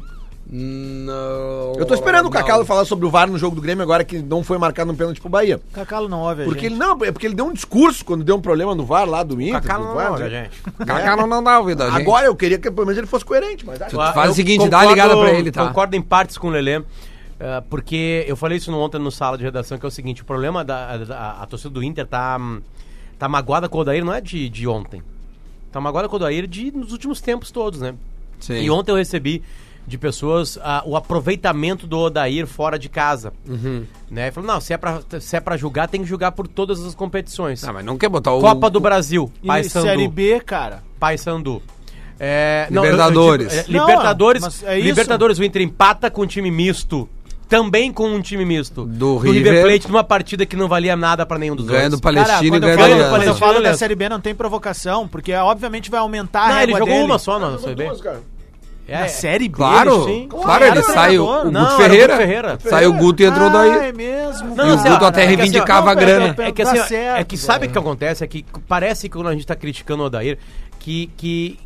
Speaker 1: Não,
Speaker 3: Eu tô
Speaker 4: Oh,
Speaker 3: esperando o Cacalo
Speaker 1: não.
Speaker 3: falar sobre o VAR no jogo do Grêmio agora que não foi marcado no pênalti pro Bahia.
Speaker 4: Cacalo não ouve a
Speaker 3: Porque
Speaker 4: gente.
Speaker 3: ele não, é porque ele deu um discurso quando deu um problema no VAR lá do Inter.
Speaker 5: Cacalo
Speaker 3: do
Speaker 5: não
Speaker 3: VAR,
Speaker 5: olha,
Speaker 3: né?
Speaker 5: gente.
Speaker 1: Cacalo não dá ouvido a gente.
Speaker 3: Agora eu queria que pelo menos ele fosse coerente, mas acho
Speaker 1: Tu
Speaker 5: Ah,
Speaker 1: faz
Speaker 5: eu
Speaker 1: o seguinte, dá a
Speaker 5: concordo-
Speaker 1: ligada pra ele, tá?
Speaker 5: Concordo em partes com o Lelê. eh, porque eu falei isso no- ontem no sala de redação, que é o seguinte, o problema da da- a, torcida do Inter tá, hum, tá magoada com o Odair, não é de, de ontem. Tá magoada com o Odair de, nos últimos tempos todos, né?
Speaker 1: Sim.
Speaker 5: E ontem eu recebi de pessoas ah, o aproveitamento do Odair fora de casa.
Speaker 1: Uhum.
Speaker 5: Né? Falou, não, se é, pra, se é pra julgar, tem que julgar por todas as competições.
Speaker 1: Ah, mas não quer botar o
Speaker 5: Copa do Brasil,
Speaker 4: E
Speaker 5: Paysandu.
Speaker 4: Série B, cara.
Speaker 5: Paysandu. É,
Speaker 1: Libertadores.
Speaker 5: eu- eu digo, é,
Speaker 4: Não,
Speaker 5: libertadores,
Speaker 4: mas é isso.
Speaker 5: Libertadores, o Inter empata com um time misto. Também com um time misto.
Speaker 1: Do
Speaker 5: Do River.
Speaker 1: River.
Speaker 5: Plate numa partida que não valia nada pra nenhum dos
Speaker 1: ganha do
Speaker 5: dois.
Speaker 1: Palestino e
Speaker 4: quando, eu
Speaker 1: ganha
Speaker 4: falo,
Speaker 5: Ganhando
Speaker 1: do
Speaker 5: o
Speaker 4: quando eu
Speaker 1: Aliança.
Speaker 5: Palestino.
Speaker 4: falo da
Speaker 5: Aliança.
Speaker 4: Série B não tem provocação, porque é, obviamente vai aumentar a
Speaker 5: Não, Ah, ele
Speaker 4: régua
Speaker 5: jogou
Speaker 4: Ah, é, dele.
Speaker 5: uma só, não, foi bem.
Speaker 3: cara.
Speaker 5: É,
Speaker 4: Na
Speaker 5: é.
Speaker 4: Série B?
Speaker 1: Claro,
Speaker 4: sim.
Speaker 1: claro,
Speaker 4: era
Speaker 1: ele sai o,
Speaker 4: treinador,
Speaker 1: o
Speaker 4: né?
Speaker 5: Não,
Speaker 1: Guto
Speaker 5: era o
Speaker 1: Ferreira,
Speaker 5: Guto Ferreira.
Speaker 1: Saiu o Guto e entrou
Speaker 4: Ah,
Speaker 1: daí.
Speaker 4: é mesmo,
Speaker 5: Não,
Speaker 1: o
Speaker 5: assim,
Speaker 1: Guto até
Speaker 5: ó, é que assim, ó,
Speaker 1: reivindicava a
Speaker 4: não,
Speaker 1: grana.
Speaker 4: pera,
Speaker 5: É que
Speaker 4: Tá
Speaker 5: assim, ó,
Speaker 4: certo,
Speaker 5: é que sabe o que acontece? É que parece que quando a gente tá criticando o Odair, que, que,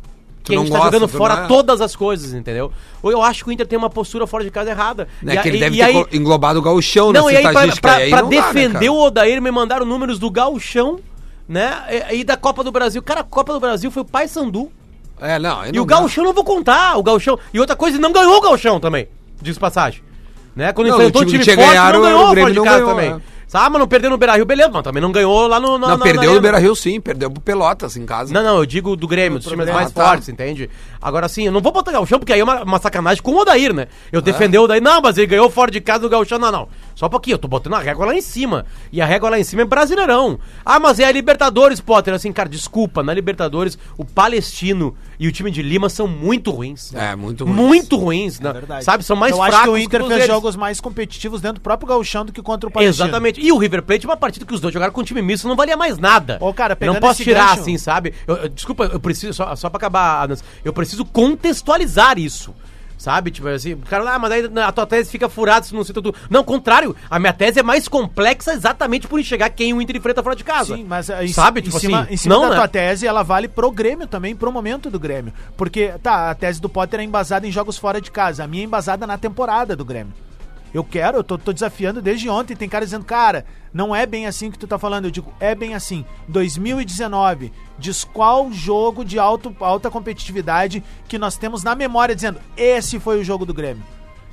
Speaker 5: que a
Speaker 1: não
Speaker 5: gente tá
Speaker 1: gosta,
Speaker 5: jogando
Speaker 1: tu não
Speaker 5: fora
Speaker 1: é.
Speaker 5: todas as coisas, entendeu? Ou eu acho que o Inter tem uma postura fora de casa errada.
Speaker 1: Né, que ele
Speaker 5: e-
Speaker 1: deve
Speaker 5: e
Speaker 1: ter
Speaker 5: aí-
Speaker 1: co- englobado o gauchão né?
Speaker 5: Não,
Speaker 1: nessa
Speaker 5: e aí pra,
Speaker 1: estatística. e
Speaker 5: pra-
Speaker 1: tá aí
Speaker 5: pra
Speaker 1: não dá, né,
Speaker 5: defender
Speaker 1: cara?
Speaker 5: o Odair, me mandaram números do Galchão, né? E, e da Copa do Brasil. Cara, a Copa do Brasil foi o Paysandu.
Speaker 1: É, não,
Speaker 5: E o Galchão não vou contar. O Galchão. E outra coisa, ele não ganhou o Galchão também. Diz passagem. Né? Quando
Speaker 1: Não,
Speaker 5: enfrentou
Speaker 1: o
Speaker 5: o
Speaker 1: time tinha
Speaker 5: time, forte,
Speaker 1: ganhado,
Speaker 5: não
Speaker 1: o
Speaker 5: ganhou
Speaker 1: Grêmio
Speaker 5: fora de
Speaker 1: não
Speaker 5: casa
Speaker 1: ganhou,
Speaker 5: também.
Speaker 1: né?
Speaker 5: Sabe, mas não perdeu no Beira-Rio, beleza. Mas também não ganhou lá no... na-
Speaker 1: Não,
Speaker 5: na-
Speaker 1: perdeu
Speaker 5: na
Speaker 1: o
Speaker 5: Arena.
Speaker 1: Beira-Rio sim, perdeu pro Pelotas em casa.
Speaker 5: Não, não, eu digo do Grêmio, dos times mais
Speaker 1: Ah, tá.
Speaker 5: fortes, entende? Agora sim, eu não vou botar Galchão, porque aí é uma, uma sacanagem com o Odair, né? Eu
Speaker 1: Ah.
Speaker 5: defender o Odair, não, mas ele ganhou fora de casa do Galchão, não, não. Só um pouquinho, eu tô botando a régua lá em cima. E a régua lá em cima é Brasileirão. Ah, mas é a Libertadores, Potter. Assim, cara, desculpa, na Libertadores, o Palestino e o time de Lima são muito ruins.
Speaker 1: É, muito ruins.
Speaker 5: ruins. ruins, né?
Speaker 4: É verdade.
Speaker 5: Sabe, são mais
Speaker 4: Eu
Speaker 5: fracos
Speaker 4: acho que o Inter fez
Speaker 5: Cruzeirense.
Speaker 4: jogos mais competitivos dentro do próprio Gauchão do que contra o Palestino.
Speaker 5: Exatamente. E o River Plate, uma partida que os dois jogaram com um time misto, não valia mais nada.
Speaker 4: Ô, cara,
Speaker 5: eu
Speaker 4: pegando
Speaker 5: não posso
Speaker 4: esse
Speaker 5: tirar
Speaker 4: gancho-
Speaker 5: assim, sabe? Eu- eu- desculpa, eu preciso, só, só pra acabar, Adams, eu preciso contextualizar isso. Sabe? Tipo assim, o cara, ah, mas aí a tua tese fica furada se não sei tudo. Não, contrário, a minha tese é mais complexa exatamente por enxergar quem o Inter enfrenta fora de casa.
Speaker 4: Sim, mas eh, em,
Speaker 5: Sabe?
Speaker 4: em
Speaker 5: Tipo
Speaker 4: cima,
Speaker 5: assim,
Speaker 4: em cima
Speaker 5: não,
Speaker 4: da
Speaker 5: né?
Speaker 4: tua tese, ela vale pro Grêmio também, pro momento do Grêmio. Porque, tá, a tese do Potter é embasada em jogos fora de casa. A minha é embasada na temporada do Grêmio. Eu quero, eu tô, tô desafiando desde ontem. Tem cara dizendo, cara, não é bem assim que tu tá falando. Eu digo, é bem assim. 2019, diz qual jogo de alto, alta competitividade que nós temos na memória dizendo, esse foi o jogo do Grêmio.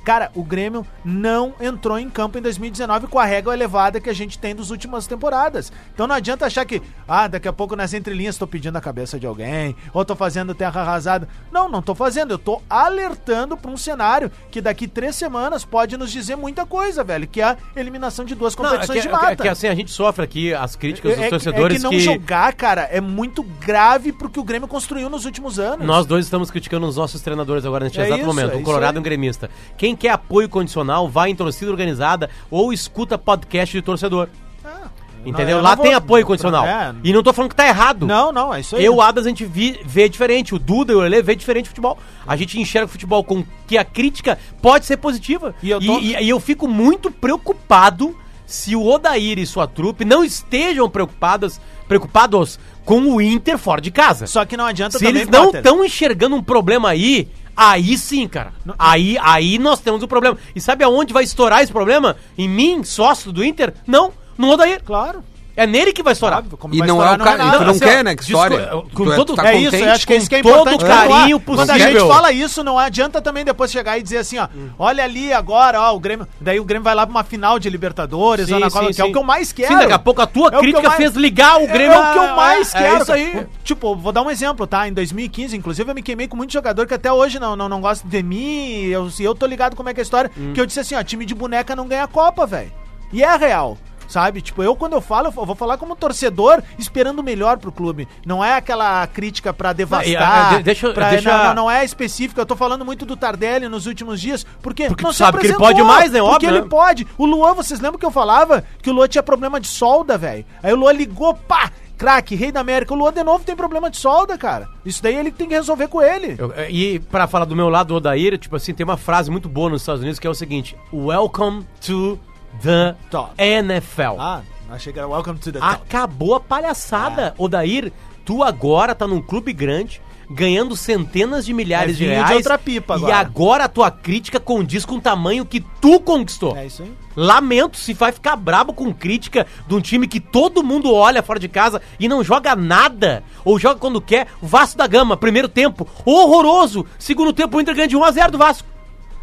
Speaker 4: Cara, o Grêmio não entrou em campo em 2019 com a régua elevada que a gente tem das últimas temporadas. Então não adianta achar que, ah, daqui a pouco nas entrelinhas tô pedindo a cabeça de alguém, ou tô fazendo terra arrasada. Não, não tô fazendo. Eu tô alertando pra um cenário que daqui três semanas pode nos dizer muita coisa, velho, que é a eliminação de duas
Speaker 5: Não, é
Speaker 4: competições
Speaker 5: que,
Speaker 4: de mata.
Speaker 5: é que assim, a gente sofre aqui as críticas dos
Speaker 4: É- é que-
Speaker 5: torcedores
Speaker 4: é que não jogar, cara, é muito grave pro que o Grêmio construiu nos últimos anos.
Speaker 5: Nós dois estamos criticando os nossos treinadores agora neste
Speaker 4: É
Speaker 5: exato
Speaker 4: isso,
Speaker 5: momento,
Speaker 4: é
Speaker 5: um
Speaker 4: isso
Speaker 5: colorado e
Speaker 4: aí.
Speaker 5: um gremista. Quem quer apoio condicional, vai em torcida organizada ou escuta podcast de torcedor.
Speaker 4: Ah,
Speaker 5: Entendeu?
Speaker 4: eu
Speaker 5: Lá
Speaker 4: não
Speaker 5: tem
Speaker 4: vou-
Speaker 5: apoio condicional.
Speaker 4: É.
Speaker 5: E não tô falando que tá errado.
Speaker 4: Não, não, é isso aí.
Speaker 5: Eu, Adas, a gente vi- vê diferente. O Duda e o Lele vê diferente o futebol. A gente enxerga o futebol com que a crítica pode ser positiva.
Speaker 4: E eu tô-
Speaker 5: e, e eu fico muito preocupado se o Odair e sua trupe não estejam preocupadas, preocupados com o Inter fora de casa.
Speaker 4: Só que não adianta
Speaker 5: Se
Speaker 4: também,
Speaker 5: eles não
Speaker 4: Potter.
Speaker 5: estão enxergando um problema aí, aí sim, cara. Aí, aí nós temos um problema. E sabe aonde vai estourar esse problema? Em mim, sócio do Inter? Não, no Odair.
Speaker 4: Claro.
Speaker 5: É nele que vai estourar.
Speaker 4: como
Speaker 1: E
Speaker 4: vai
Speaker 1: não é
Speaker 4: estourar,
Speaker 1: o cara.
Speaker 4: nada.
Speaker 1: e tu não
Speaker 5: assim, ó,
Speaker 1: quer, né? Que
Speaker 5: disco-
Speaker 1: história.
Speaker 5: com
Speaker 1: Tu
Speaker 5: todo-
Speaker 1: tu
Speaker 5: tá
Speaker 4: é isso, eu acho que é isso que é
Speaker 5: com
Speaker 4: importante.
Speaker 5: todo
Speaker 4: pontuar.
Speaker 5: carinho
Speaker 4: Quando a
Speaker 5: possível.
Speaker 4: gente fala isso, não adianta também depois chegar e dizer assim, ó, olha ali agora, ó, o Grêmio. Daí o Grêmio vai lá pra uma final de Libertadores,
Speaker 5: Sim,
Speaker 4: ou na
Speaker 5: sim,
Speaker 4: Copa, que é
Speaker 5: sim.
Speaker 4: o que eu mais quero.
Speaker 5: Sim, daqui a pouco a tua
Speaker 4: É o que
Speaker 5: crítica
Speaker 4: eu mais-
Speaker 5: fez ligar o Grêmio.
Speaker 4: É o que eu mais
Speaker 5: É,
Speaker 4: quero.
Speaker 5: isso aí.
Speaker 4: cara. Tipo, vou dar um exemplo, tá? Em 2015, inclusive, eu me queimei com muito jogador que até hoje não, não, não gosta de mim. E eu, e eu tô ligado como é que é a história.
Speaker 5: Hum.
Speaker 4: Que eu disse assim, ó, time de boneca não ganha a Copa, velho. E é real. Sabe? Tipo, eu quando eu falo, eu vou falar como torcedor esperando o melhor pro clube. Não é aquela crítica pra devastar.
Speaker 5: e, ah, de- deixa eu-
Speaker 4: pra-
Speaker 5: deixa-
Speaker 4: não, não, não é específica. Eu tô falando muito do Tardelli nos últimos dias, porque,
Speaker 5: Porque
Speaker 4: não
Speaker 5: tu
Speaker 4: se
Speaker 5: sabe que ele
Speaker 4: apresentou,
Speaker 5: pode mais, né?
Speaker 4: Porque
Speaker 5: Óbvio,
Speaker 4: ele
Speaker 5: né?
Speaker 4: pode. O Luan, vocês lembram que eu falava que o Luan tinha problema de solda, velho? Aí o Luan ligou, pá, craque, rei da América. O Luan de novo tem problema de solda, cara. Isso daí ele tem que resolver com ele.
Speaker 5: Eu- é, e pra falar do meu lado, do Odair, tipo assim, tem uma frase muito boa nos Estados Unidos que é o seguinte: Welcome to the
Speaker 4: Top.
Speaker 5: NFL.
Speaker 4: Ah, achei que era Welcome to the
Speaker 5: Ah.
Speaker 4: Top.
Speaker 5: Acabou a
Speaker 4: Ah.
Speaker 5: palhaçada. Odair, tu agora tá num clube grande, ganhando centenas de milhares
Speaker 4: É
Speaker 5: de
Speaker 4: vinho de
Speaker 5: reais.
Speaker 4: outra pipa
Speaker 5: E
Speaker 4: agora.
Speaker 5: agora a tua crítica condiz com o tamanho que tu conquistou.
Speaker 4: É isso aí.
Speaker 5: Lamento se vai ficar brabo com crítica de um time que todo mundo olha fora de casa e não joga nada. Ou joga quando quer. Vasco da Gama, primeiro tempo, horroroso. Segundo tempo, o Inter ganha de 1x0 do Vasco.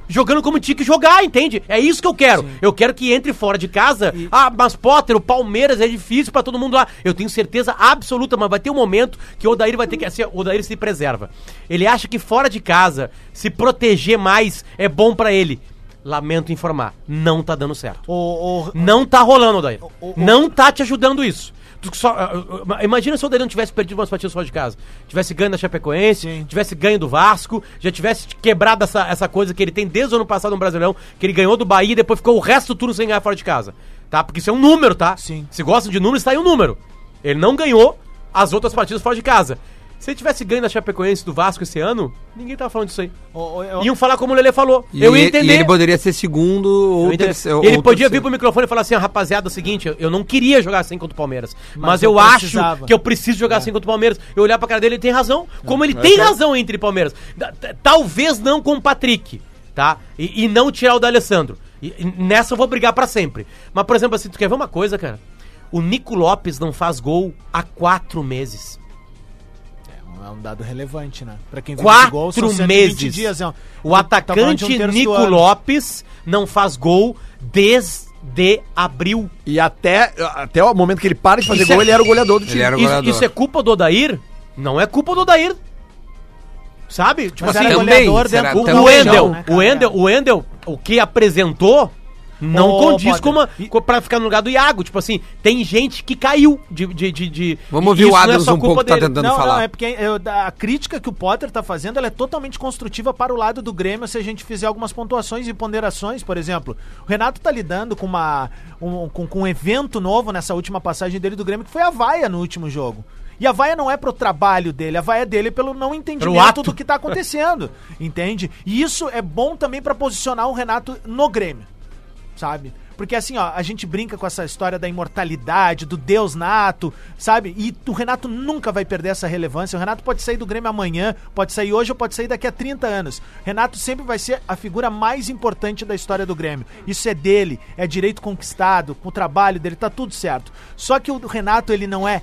Speaker 5: Jogando como tinha que jogar, entende? É isso que eu quero. Eu quero que entre fora de casa. Ah, mas Potter, o Palmeiras é difícil pra todo mundo lá. Eu tenho certeza absoluta, mas vai ter um momento que o Odair vai ter que. Assim, o Odair se preserva. Ele acha que fora de casa, se proteger mais é bom pra ele. Lamento informar, não tá dando certo.
Speaker 4: O, o-
Speaker 5: Não tá rolando, Odair.
Speaker 4: o-
Speaker 5: Não tá te ajudando isso. Tu só- ah, ah, ah, imagina se o Odair não tivesse perdido umas partidas fora de casa. Tivesse ganho da Chapecoense,
Speaker 4: Sim.
Speaker 5: tivesse ganho do Vasco, já tivesse quebrado essa, essa coisa que ele tem desde o ano passado no Brasileirão, que ele ganhou do Bahia e depois ficou o resto do turno sem ganhar fora de casa. Tá? Porque isso é um número, tá?
Speaker 4: Sim.
Speaker 5: Se gostam de números, tá aí um número. Ele não ganhou as outras partidas fora de casa. Se ele tivesse ganho da Chapecoense e do Vasco esse ano, ninguém tava falando disso aí.
Speaker 4: o- o- eu-
Speaker 5: Iam falar como o Lele falou.
Speaker 1: E ele- E ele poderia ser segundo
Speaker 5: Eu
Speaker 1: ou
Speaker 5: entendi.
Speaker 1: terceiro.
Speaker 5: ele
Speaker 1: ou
Speaker 5: podia vir
Speaker 1: terceiro.
Speaker 5: pro microfone e falar assim, "Ah, rapaziada, é o seguinte, eu- eu não queria jogar assim contra o Palmeiras, mas,
Speaker 4: Mas
Speaker 5: eu,
Speaker 4: eu
Speaker 5: acho
Speaker 4: precisava." É.
Speaker 5: que eu preciso jogar assim contra o Palmeiras. Eu olhar pra cara dele, ele tem razão. Como ele tem razão entre Palmeiras. Da- t- Talvez não com o Patrick, tá? E, e não tirar o da Alessandro. E, e nessa eu vou brigar pra sempre. Mas, por exemplo, assim, tu quer ver uma coisa, cara? O Nico Lopes não faz gol há quatro meses.
Speaker 4: É um dado relevante, né? Pra quem vive de
Speaker 5: Quatro
Speaker 4: gol, são 120
Speaker 5: meses.
Speaker 4: dias, é um-
Speaker 5: O
Speaker 4: falando de um
Speaker 5: atacante
Speaker 4: terço do
Speaker 5: Nico
Speaker 4: ano.
Speaker 5: Lopes não faz gol desde abril.
Speaker 3: E até, até o momento que ele para de fazer
Speaker 5: Isso
Speaker 3: gol,
Speaker 5: é-
Speaker 3: ele era o goleador do time.
Speaker 1: Ele era o
Speaker 5: Isso,
Speaker 1: goleador.
Speaker 5: isso é culpa do Odair? Não é culpa do Odair. Sabe? Tipo
Speaker 4: Mas
Speaker 5: assim,
Speaker 4: era
Speaker 1: também,
Speaker 4: goleador
Speaker 1: será
Speaker 4: dentro
Speaker 5: o,
Speaker 1: até
Speaker 4: do
Speaker 5: o
Speaker 1: o
Speaker 4: Wendel,
Speaker 5: Wendel,
Speaker 1: chão,
Speaker 4: né,
Speaker 5: o
Speaker 4: cara?
Speaker 5: Wendel, o Wendel, o que apresentou Não
Speaker 4: Ô,
Speaker 5: condiz
Speaker 4: Potter,
Speaker 5: com uma,
Speaker 4: e-
Speaker 5: co- pra ficar no lugar do Iago. Tipo assim, tem gente que caiu de. de, de, de-
Speaker 1: Vamos ouvir
Speaker 5: e
Speaker 1: o
Speaker 5: isso não é
Speaker 1: Adams
Speaker 5: só
Speaker 1: um
Speaker 5: culpa
Speaker 1: pouco, tá
Speaker 5: dele.
Speaker 1: tentando falar.
Speaker 4: é porque eu- a crítica que o Potter tá fazendo ela é totalmente construtiva para o lado do Grêmio se a gente fizer algumas pontuações e ponderações, por exemplo. O Renato tá lidando com, uma, um, com, com um evento novo nessa última passagem dele do Grêmio, que foi a vaia no último jogo. E a vaia não é pro trabalho dele, a vaia dele é pelo não entendimento
Speaker 5: ato.
Speaker 4: do que tá acontecendo, entende? E isso é bom também para posicionar o Renato no Grêmio sabe? Porque assim, ó, a gente brinca com essa história da imortalidade, do Deus nato, sabe? E o Renato nunca vai perder essa relevância. O Renato pode sair do Grêmio amanhã, pode sair hoje ou pode sair daqui a 30 anos. Renato sempre vai ser a figura mais importante da história do Grêmio. Isso é dele, é direito conquistado, com o trabalho dele, tá tudo certo. Só que o Renato, ele não é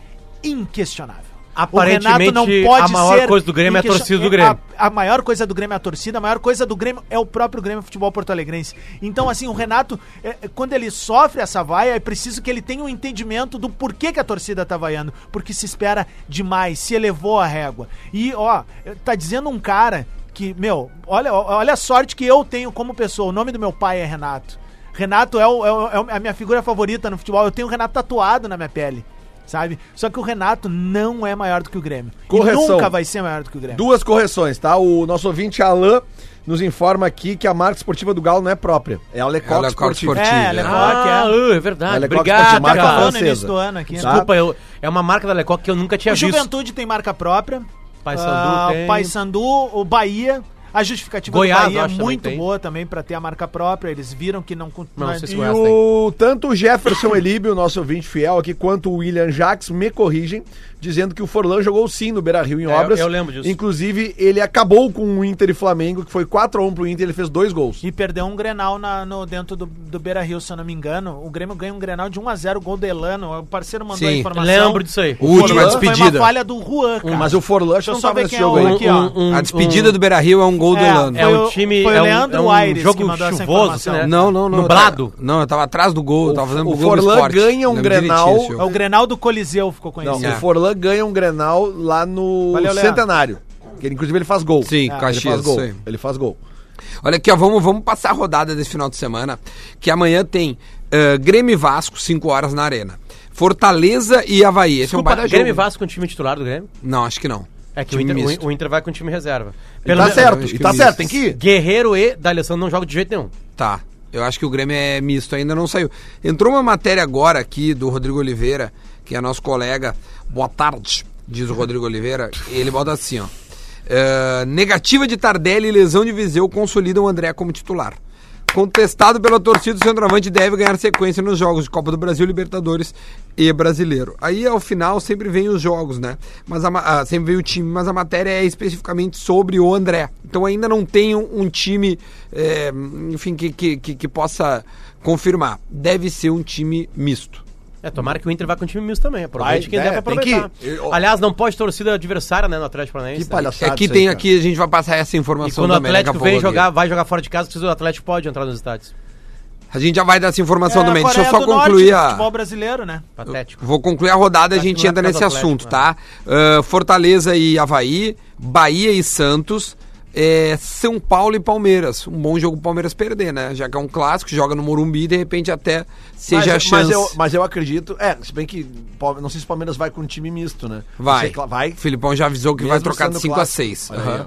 Speaker 4: inquestionável.
Speaker 5: Aparentemente, a maior coisa do Grêmio é a
Speaker 4: inquestion-
Speaker 5: torcida do Grêmio.
Speaker 4: A- a maior coisa do Grêmio é a torcida, a maior coisa do Grêmio é o próprio Grêmio Futebol Porto Alegrense. Então, assim, o Renato, é, é, quando ele sofre essa vaia, é preciso que ele tenha um entendimento do porquê que a torcida tá vaiando. Porque se espera demais, se elevou a régua. E, ó, tá dizendo um cara que, meu, olha, olha a sorte que eu tenho como pessoa. O nome do meu pai é Renato. Renato é, o- é o- é a minha figura favorita no futebol. Eu tenho o Renato tatuado na minha pele. Sabe? Só que o Renato não é maior do que o Grêmio. E
Speaker 3: Correção.
Speaker 4: nunca vai ser maior do que o Grêmio.
Speaker 3: Duas correções, tá? O nosso ouvinte Alain nos informa aqui que a marca esportiva do Galo não é própria. É
Speaker 1: É
Speaker 3: a
Speaker 1: a
Speaker 3: Lecoq
Speaker 1: Lecoq
Speaker 3: Esportiva.
Speaker 1: Esportiva.
Speaker 4: É, ela é maior que
Speaker 5: Ah,
Speaker 4: é.
Speaker 5: é verdade.
Speaker 3: Ela é
Speaker 5: Obrigado,
Speaker 3: marca
Speaker 5: cara.
Speaker 4: Acabou no
Speaker 3: francesa.
Speaker 4: início do ano aqui.
Speaker 3: Tá.
Speaker 5: Desculpa, eu- é uma marca da Lecoque que eu nunca tinha
Speaker 4: O
Speaker 5: visto.
Speaker 4: Juventude tem marca própria.
Speaker 5: Paysandu
Speaker 4: Ah,
Speaker 5: tem.
Speaker 4: Paysandu, o Bahia. A justificativa
Speaker 5: Goiás,
Speaker 4: do Bahia
Speaker 5: eu
Speaker 4: é
Speaker 5: acho, também
Speaker 4: muito
Speaker 5: tem.
Speaker 4: boa também pra ter a marca própria. Eles viram que não... né, con-
Speaker 5: Não, não sei se
Speaker 3: E
Speaker 5: Goiás
Speaker 3: o, tanto o Jefferson Elíbio, nosso ouvinte fiel aqui, quanto o William Jacques me corrigem, dizendo que o Forlan jogou sim no Beira Rio em
Speaker 5: eu-
Speaker 3: obras.
Speaker 5: eu lembro disso.
Speaker 3: Inclusive, ele acabou com o Inter e Flamengo, que foi 4x1 pro Inter, ele fez dois gols.
Speaker 4: E perdeu um Grenal na- no, dentro do, do Beira-Rio, se eu não me engano. O Grêmio ganha um Grenal de 1x0, gol do Elano. O parceiro mandou
Speaker 1: Sim,
Speaker 4: a informação.
Speaker 5: Lembro disso aí.
Speaker 1: O último, a
Speaker 3: Forlan
Speaker 4: Foi uma
Speaker 1: despedida.
Speaker 4: falha do
Speaker 5: Um,
Speaker 4: Juan, cara.
Speaker 3: Hum, Mas o Forlan acho que
Speaker 4: Deixa eu
Speaker 3: não
Speaker 4: só
Speaker 3: tava
Speaker 4: ver
Speaker 3: nesse
Speaker 4: quem é
Speaker 3: jogo
Speaker 4: o
Speaker 3: aí.
Speaker 4: aqui, ó.
Speaker 1: A despedida do Beira Rio é um gol do Elano.
Speaker 5: É
Speaker 4: Foi
Speaker 5: um
Speaker 4: o-
Speaker 5: time.
Speaker 4: foi o
Speaker 5: é um,
Speaker 4: Leandro
Speaker 5: é um
Speaker 4: Aires que
Speaker 5: jogo
Speaker 4: mandou essa
Speaker 5: chuvoso, assim,
Speaker 4: informação.
Speaker 5: né?
Speaker 1: Não, não, não. é um
Speaker 5: Nublado.
Speaker 1: eu tava- não, eu tava atrás do gol, eu tava fazendo
Speaker 3: o
Speaker 1: pro gol do
Speaker 3: Forlan
Speaker 1: esporte.
Speaker 3: ganha um
Speaker 1: Lembro direitinho
Speaker 3: Grenal.
Speaker 1: esse jogo.
Speaker 4: É o Grenal do Coliseu, ficou
Speaker 3: Não,
Speaker 4: conhecido.
Speaker 1: É.
Speaker 3: o Forlan ganha um Grenal lá no
Speaker 4: Valeu, Leandro.
Speaker 3: Centenário. Que ele, inclusive ele faz gol.
Speaker 1: Sim,
Speaker 3: ele faz
Speaker 1: Caxias,
Speaker 3: gol.
Speaker 1: sim.
Speaker 3: Ele faz gol.
Speaker 1: Olha aqui, ó, vamos, vamos passar a rodada desse final de semana, que amanhã tem eh, Grêmio e Vasco, 5 horas na Arena. Fortaleza e Havaí. Esse
Speaker 5: Desculpa,
Speaker 1: é um baita
Speaker 5: Grêmio e
Speaker 1: jogo.
Speaker 5: Vasco com o time titular do Grêmio?
Speaker 1: Não, acho que não.
Speaker 5: É que o
Speaker 1: Time
Speaker 5: Inter,
Speaker 1: misto.
Speaker 5: o- o Inter vai com o time reserva.
Speaker 3: E
Speaker 5: Pelo
Speaker 3: tá
Speaker 5: menos- é um
Speaker 3: certo,
Speaker 1: acho
Speaker 3: e
Speaker 1: que
Speaker 3: tá
Speaker 1: o
Speaker 3: certo, tem
Speaker 1: Minas-
Speaker 3: que ir.
Speaker 5: Guerreiro e D'Alessandro não jogam de jeito nenhum.
Speaker 1: Tá. Eu acho que o Grêmio é misto, ainda não saiu. Entrou uma matéria agora aqui do Rodrigo Oliveira, que é nosso colega. Boa tarde, diz o Rodrigo Oliveira. Ele bota assim, ó. Eh, negativa de Tardelli e lesão de Viseu consolidam o André como titular. Contestado pela torcida, o centroavante deve ganhar sequência nos jogos de Copa do Brasil, Libertadores e Brasileiro. Aí, ao final, sempre vem os jogos, né? Mas a ma- ah, sempre vem o time, mas a matéria é especificamente sobre o André. Então, ainda não tem um, um time, eh, enfim, que, que, que, que possa confirmar. Deve ser um time misto.
Speaker 5: É, tomara que o Inter vá com o time misto também. Aproveite
Speaker 3: Vai,
Speaker 5: quem
Speaker 3: né?
Speaker 5: der pra
Speaker 3: Tem que
Speaker 5: aproveitar.
Speaker 3: ir. Eu-
Speaker 5: Aliás, não pode torcida adversária, né, no Atlético
Speaker 3: Que
Speaker 5: Paranaense. né?
Speaker 1: É
Speaker 3: palhaçada.
Speaker 1: que
Speaker 3: isso
Speaker 1: tem
Speaker 3: aí, cara.
Speaker 1: aqui, a gente vai passar essa
Speaker 5: E
Speaker 1: informação
Speaker 5: quando o
Speaker 1: também. daqui a
Speaker 5: Atlético vem
Speaker 1: pouco aqui.
Speaker 5: jogar, vai jogar fora de casa, precisa o Atlético pode entrar nos estádios.
Speaker 1: A gente já vai dar essa informação
Speaker 4: É,
Speaker 1: também. Deixa eu
Speaker 4: Coreia
Speaker 1: só
Speaker 4: do Norte,
Speaker 1: concluir a...
Speaker 4: futebol brasileiro, né?
Speaker 5: Patético.
Speaker 1: Tipo, Vou concluir a rodada e a
Speaker 5: Acho
Speaker 1: gente
Speaker 5: que não é
Speaker 1: entra
Speaker 5: por causa
Speaker 1: nesse
Speaker 5: do Atlético,
Speaker 3: né?
Speaker 1: assunto, tá? Ah, Fortaleza e Havaí, Bahia e Santos, eh, São Paulo e Palmeiras. Um bom jogo o Palmeiras perder, né? Já que é um clássico, joga no Morumbi e de repente até seja a
Speaker 3: mas, mas
Speaker 1: chance.
Speaker 3: eu, mas eu acredito. É, se bem que. Palme- Não sei se o Palmeiras vai com um time misto, né?
Speaker 1: Vai.
Speaker 3: Sei que lá- Vai.
Speaker 1: O Filipão já avisou que vai
Speaker 3: mesmo
Speaker 1: trocar de
Speaker 3: sendo
Speaker 1: 5 a
Speaker 3: clássico.
Speaker 1: 6.
Speaker 3: Olha aí, ó.